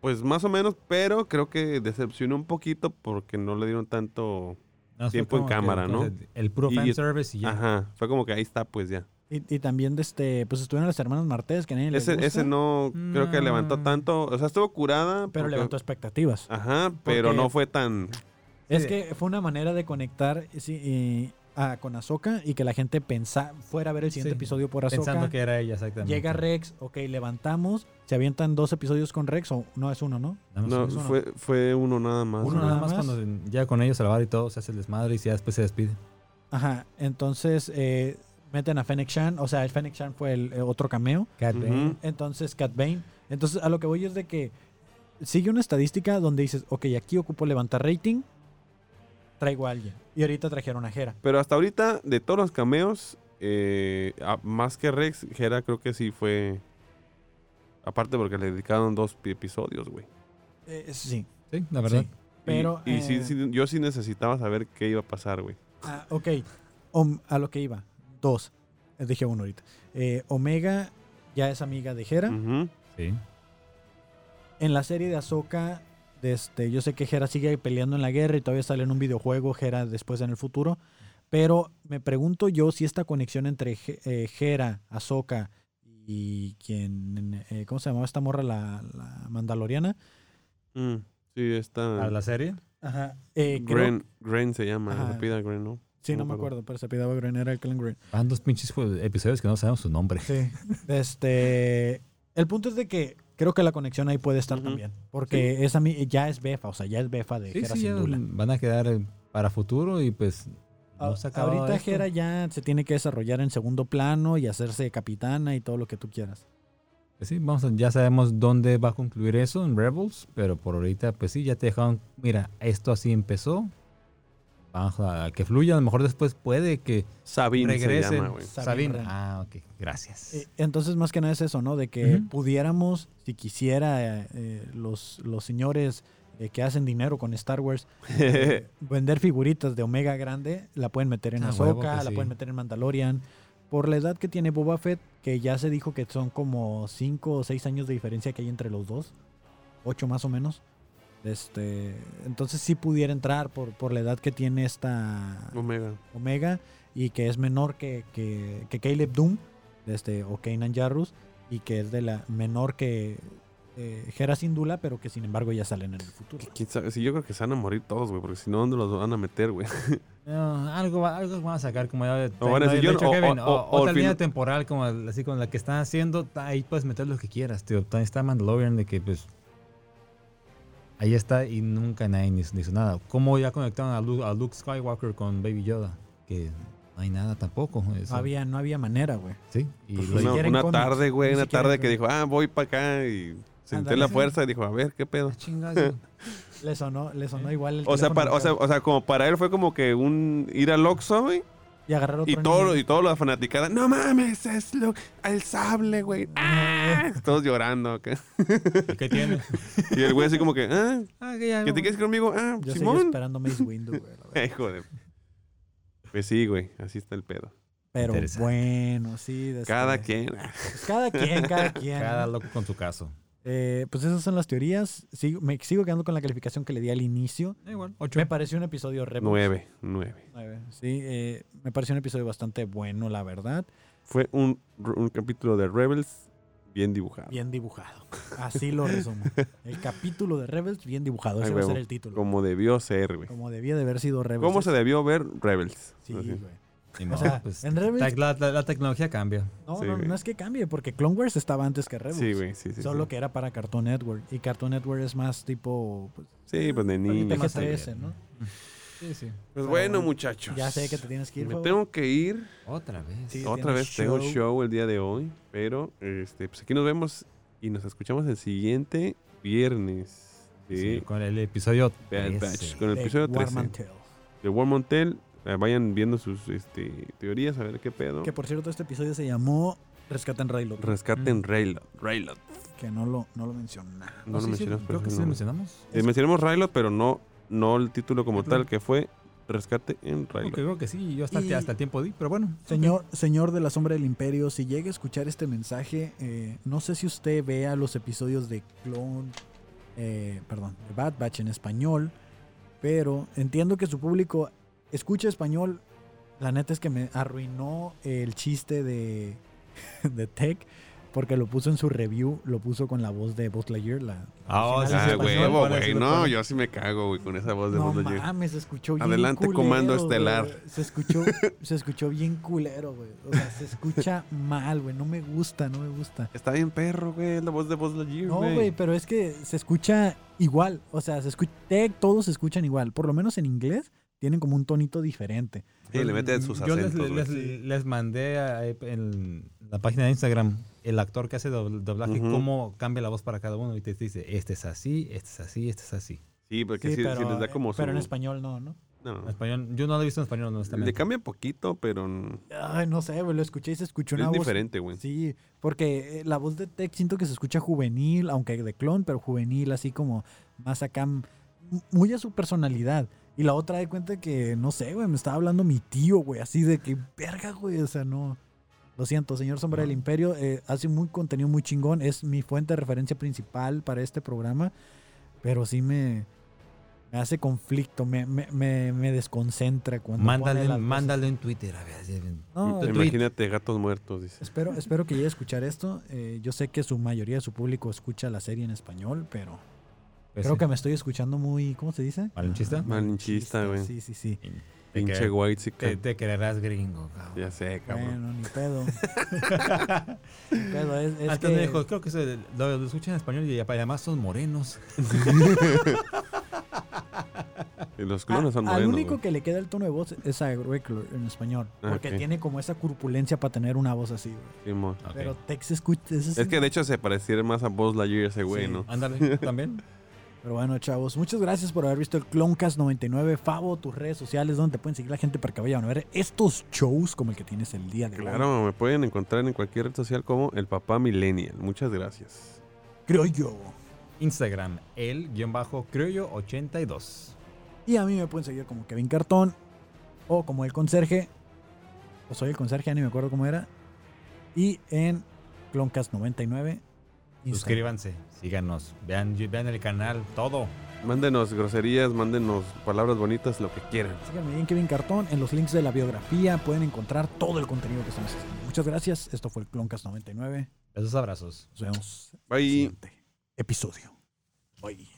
S1: pues más o menos, pero creo que decepcionó un poquito porque no le dieron tanto.
S3: No, fue
S1: Tiempo en
S3: como que,
S1: cámara, ¿no?
S3: entonces, El puro
S1: Y-
S3: fan service y ya.
S1: Ajá. Fue como que ahí está, pues ya.
S2: Y, y también de este, pues estuvieron las hermanas Martés, que a nadie le
S1: Ese,
S2: gusta,
S1: ese no, creo que levantó
S3: No.
S1: tanto. O sea, estuvo curada.
S2: Mm. pero
S1: porque-
S2: levantó expectativas.
S1: Ajá, pero
S2: Porque-
S1: no fue tan.
S2: es
S3: sí.
S2: que fue una manera de conectar sí, y- a- con Azoka y que la gente pensa, fuera a ver el siguiente
S3: Sí.
S2: episodio por
S3: Pensando
S2: Azoka.
S3: que era ella, exactamente.
S2: Llega Rex, ok, levantamos, se avientan dos episodios con Rex, o no es uno, ¿no?
S3: Nada más
S1: No,
S3: uno.
S2: uno.
S1: fue, fue uno nada más.
S2: Uno
S1: güey.
S2: nada
S3: nada más
S2: más.
S3: cuando llega con ellos a lavar y todo, se hace el desmadre y ya después se despide.
S2: Ajá, entonces eh, meten a Fennec Shan, o sea, el Fennec Shan fue el eh, otro cameo,
S3: Cat
S1: Ujú.
S3: Bane.
S2: entonces Cat Bane, entonces a lo que voy es de que sigue una estadística donde dices, ok, aquí ocupo levantar rating, traigo a alguien. Y ahorita trajeron a Jera.
S1: Pero hasta ahorita, de todos los cameos, eh, a- más que Rex, Hera creo que sí fue. Aparte porque le dedicaron dos pi- episodios, güey.
S2: Eh, eso sí.
S3: Sí, la verdad.
S2: Sí. Pero,
S1: Y, y sí-
S2: eh,
S1: sí, yo sí necesitaba saber qué iba a pasar, güey.
S2: Ah, ok. Om- a lo que iba. Dos. Eh, Dije uno ahorita. Eh, Omega ya es amiga de Hera.
S1: Ujú.
S3: Sí.
S2: En la serie de Ahsoka, de este, yo sé que Hera sigue peleando en la guerra y todavía sale en un videojuego Hera después en el futuro. Pero me pregunto yo si esta conexión entre Je- eh, Hera, Ahsoka y quien. eh, ¿Cómo se llamaba esta morra? La, la Mandaloriana.
S1: Mm, sí, está.
S3: ¿Para la serie?
S2: Ajá. Eh, creo-
S1: Gren, Gren se llama,
S2: Ajá.
S1: se pida Gren, ¿no?
S2: sí, no
S1: no me
S2: me acuerdo, pero se pidaba Green, era el Clan Green.
S3: Van dos pinches pues, episodios que no sabemos su nombre.
S2: Sí. <laughs> Este. El punto es de que creo que la conexión ahí puede estar
S1: Ujú.
S2: también. Porque es a mí, ya es Befa, o sea, ya es Befa de
S3: Sí,
S2: Hera
S3: sí, ya
S2: Syndulla.
S3: van a quedar eh, para futuro y pues
S2: A-
S3: no se ha acabado
S2: Ahorita
S3: esto.
S2: Hera ya se tiene que desarrollar en segundo plano y hacerse capitana y todo lo que tú quieras.
S3: Pues sí, vamos a- ya sabemos dónde va a concluir eso en Rebels, pero por ahorita, pues sí, ya te dejaron. Mira, esto así empezó. Vamos a que fluya. A lo mejor después puede que
S1: Sabine se
S3: regresen.
S1: llama, güey.
S2: Sabine
S3: Sabine.
S2: Wren.
S3: Ah, ok. Gracias.
S2: Eh, Entonces, más que nada es eso, ¿no? De que
S3: Ujú.
S2: pudiéramos, si quisiera, eh, eh, los, los señores eh, que hacen dinero con Star Wars, eh, vender figuritas de Omega Grande, la pueden meter en
S3: Ah, huevo
S2: Ahsoka,
S3: que
S2: la
S3: sí.
S2: pueden meter en Mandalorian. Por la edad que tiene Boba Fett, que ya se dijo que son como 5 o 6 años de diferencia que hay entre los dos, 8 más o menos. Este, entonces sí pudiera entrar por, por la edad que tiene esta
S1: <laughs> Omega.
S2: Omega y que es menor que, que, que Caleb Doom este, o Kanan Jarrus y que es de la menor que eh, Hera Syndulla, pero que sin embargo ya salen en el futuro.
S1: ¿Quién sabe? Sí, yo creo que se van a morir todos, güey, porque si no, ¿dónde los van a meter, güey?
S3: No, algo, va- algo van a sacar como ya de,
S1: O van a
S3: no,
S1: decir,
S3: de
S1: yo
S3: hecho,
S1: no- o-
S3: Kevin,
S1: o-
S3: o-
S1: o- o
S3: otra
S1: al
S3: línea
S1: final-
S3: temporal como el- así con la que están haciendo, ta- ahí puedes meter lo que quieras, tío. También está Mandalorian de que pues ahí está y nunca nadie ni- ni hizo nada. ¿Cómo ya conectaron a Lu- a Luke, Skywalker con Baby Yoda? Que no hay nada tampoco. eso.
S2: No había, no había manera, güey.
S3: Sí, y
S1: Pues <laughs>
S3: lo-
S1: una
S2: siquiera en
S1: una
S2: cómics,
S1: tarde, güey,
S2: ni
S1: una
S2: siquiera
S1: tarde
S2: en
S1: que dijo, ah, voy para acá y senté
S2: Ándale,
S1: la
S2: sí.
S1: fuerza y dijo, a ver, ¿qué pedo? <laughs>
S3: Ah, chingados.
S2: Le sonó, le sonó igual el
S1: O sea,
S2: teléfono
S1: para- o, sea,
S2: local.
S1: o sea, como para él fue como que un ir al Oxxo, güey,
S2: y agarrar otro
S1: y todo,
S2: nivel.
S1: y todo la fanaticada, no mames, es lo, el sable, güey. ¡Ah! Todos llorando acá.
S3: ¿Y ¿Qué tiene?
S1: Y el güey así como que, ah,
S3: <laughs> Ah, que ya-
S1: ¿que te quieres ir conmigo? Ah,
S2: Yo
S1: <laughs>
S2: sigo
S1: Simón.
S2: esperando Mace Windu, güey. la verdad.
S1: <laughs> Hijo de... Pues sí, güey, así está el pedo.
S2: Pero
S3: Interesante.
S2: bueno, sí. de este-
S1: Cada quien. ah,
S2: pues cada quien,
S3: <laughs>
S2: cada quien.
S3: Cada loco con su caso.
S2: Eh, pues esas son las teorías. Sigo, me sigo quedando con la calificación que le di al inicio.
S3: Da igual, ocho.
S2: Me pareció un episodio re
S1: Nueve, nueve.
S2: Nueve, Sí, eh, me pareció un episodio bastante bueno, la verdad.
S1: Fue un, un capítulo de Rebels bien dibujado.
S2: Bien dibujado. Así lo
S1: <laughs>
S2: resumo. El capítulo de Rebels, bien dibujado.
S1: Ay,
S2: Ese va a ser
S1: huevo.
S2: el título.
S1: Como debió ser, güey.
S2: Como debía de haber sido Rebels.
S1: ¿Cómo se debió ver Rebels?
S2: Sí,
S1: Así.
S2: güey.
S3: Ni
S2: O
S3: modo,
S2: sea,
S3: pues,
S2: en Rebels.
S3: tec- la, la- la tecnología cambia.
S2: No,
S1: Sí,
S2: no,
S1: güey.
S2: no es que cambie, porque Clone Wars estaba antes que Rebels.
S1: Sí, güey, sí, sí.
S2: Solo
S1: sí.
S2: que era para Cartoon Network. Y Cartoon Network es más tipo. Pues,
S1: Sí, pues de niño.
S2: PG-13,
S3: más abierto.
S2: ¿no?
S3: Sí, sí.
S1: Pues bueno, muchachos.
S2: Ya sé que te tienes que ir.
S1: Me
S2: Fabo.
S1: tengo que ir.
S3: Otra vez.
S2: Sí,
S1: Otra
S2: tienes
S1: vez tengo
S2: show.
S1: show el día de hoy. Pero este, pues aquí nos vemos y nos escuchamos el siguiente viernes
S3: Sí,
S1: de
S3: con el episodio
S1: Bad Batch,
S3: 13.
S1: Con el
S2: De
S1: episodio
S2: War
S1: 13
S2: Mantel.
S1: de War Montel. Eh, Vayan viendo sus este, teorías a ver qué pedo.
S2: Que por cierto, este episodio se llamó Rescatan Railroad. Mm.
S1: Rescaten Raylot. Raylot.
S2: que no lo, no lo menciona.
S1: No
S3: Ah,
S1: lo
S3: sí, sí,
S1: mencionamos.
S3: Creo
S1: pero
S3: que sí
S1: no.
S3: lo mencionamos.
S1: Eh, mencionamos Raylot, pero no, no el título como
S3: Claro.
S1: tal, que fue Rescate en Raylot.
S3: Ok, creo que sí. Yo hasta,
S2: Y-
S3: hasta el tiempo di, pero bueno.
S2: Señor, señor de la sombra del imperio, si llega a escuchar este mensaje, eh, no sé si usted vea los episodios de Clone, eh, perdón, de Bad Batch en español, pero entiendo que su público escucha español. La neta es que me arruinó el chiste de, <laughs> de Tech porque lo puso en su review, lo puso con la voz de Buzz Lightyear, la,
S3: Ah,
S2: original en
S3: sí,
S1: Ah,
S3: sí,
S2: español.
S1: huevo,
S3: Ahora sí
S1: güey.
S3: lo
S1: No,
S3: ponen.
S1: yo sí me cago, güey, con esa voz de
S2: No
S1: Buzz Lightyear.
S2: mames, se escuchó bien
S1: Adelante,
S2: culero,
S1: comando
S2: güey.
S1: estelar.
S2: Se
S1: <laughs>
S2: escuchó, se escuchó bien culero, güey. O sea, se escucha mal, güey. No me gusta, no me gusta.
S1: Está bien perro, güey, es la voz de Buzz Lightyear,
S2: No,
S1: güey.
S2: güey, pero es que se escucha igual. O sea, se escucha, todos se escuchan igual. Por lo menos en inglés tienen como un tonito diferente.
S1: Sí, le meten sus
S3: Yo les,
S1: acentos, güey.
S3: les- les mandé a- eh, en la página de Instagram el actor que hace dobl- doblaje,
S1: Ujú.
S3: cómo cambia la voz para cada uno. Y te dice, este es así, este es así, este es así.
S1: Sí, porque sí, sí les da como su...
S2: pero en español no, ¿no?
S1: No.
S3: En español, yo no lo he visto en español, honestamente.
S1: Le cambia poquito, pero n-
S2: Ay, no sé, güey, lo escuché y se escuchó una
S1: es
S2: voz.
S1: diferente, güey.
S2: Sí, porque eh, la voz de Tech siento que se escucha juvenil, aunque de clon, pero juvenil, así como más acá, m- muy a su personalidad. Y la otra de cuenta que, no sé, güey, me estaba hablando mi tío, güey, así de que, verga, güey, o sea, no. Lo siento, señor Sombra del Imperio, eh, hace muy contenido muy chingón, es mi fuente de referencia principal para este programa, pero sí me, me hace conflicto, me, me, me, me desconcentra cuando... pone las
S3: Mándale,
S2: voces.
S3: mándalo en Twitter, a ver. si-
S2: No,
S3: tu
S1: Mm,
S3: tweet.
S1: Imagínate gatos muertos, dice.
S2: Espero, espero que llegue a escuchar esto. Eh, yo sé que su mayoría de su público escucha la serie en español, pero
S3: Pues
S2: creo
S3: sí.
S2: que me estoy escuchando muy. ¿Cómo se dice?
S3: ¿Malinchista?
S1: Ah, Malinchista, güey.
S2: Sí, sí, sí.
S3: Te
S1: Pinche
S3: que-
S1: white
S3: Te, te creerás gringo,
S1: Ya sé, cabrón.
S2: Bueno, ni
S3: <laughs>
S2: pedo. <laughs> ni pedo. Es, es
S3: Antes
S2: que,
S3: me Ah, dijo, creo que se- lo, lo escuchan en español y además son morenos.
S1: Y Los clones son
S2: a- Ah, al
S1: morenos.
S2: único
S1: güey.
S2: que le queda el tono de voz es a Greco en español.
S1: Ah,
S2: Porque
S1: ok.
S2: tiene como esa corpulencia para tener una voz así. güey.
S1: Simón.
S3: Ok.
S2: Pero Tex escucha.
S1: Es que de hecho se pareciera más a Buzz Lightyear ese güey,
S2: Sí.
S1: ¿no?
S3: Ándale, también.
S2: Pero bueno, chavos, muchas gracias por haber visto el Cloncast99. Favo, tus redes sociales, donde te pueden seguir la gente para que vayan a ver estos shows como el que tienes el día de hoy.
S1: Claro, me pueden encontrar en cualquier red social como el papá millennial. Muchas gracias.
S2: Creo yo.
S3: Instagram, el guión bajo criollo 82.
S2: Y a mí me pueden seguir como Kevin Cartón o como el conserje. O soy el conserje, ya ni me acuerdo cómo era. Y en Cloncast99. Instagram.
S3: Suscríbanse, síganos, vean, vean el canal, todo.
S1: Mándenos groserías, mándenos palabras bonitas, lo que quieran.
S2: Síganme ahí en Kevin Cartón. En los links de la biografía pueden encontrar todo el contenido que estamos haciendo. Muchas gracias. Esto fue el Cloncast99.
S3: Besos, abrazos.
S2: Nos vemos.
S1: Bye.
S2: siguiente episodio. Bye.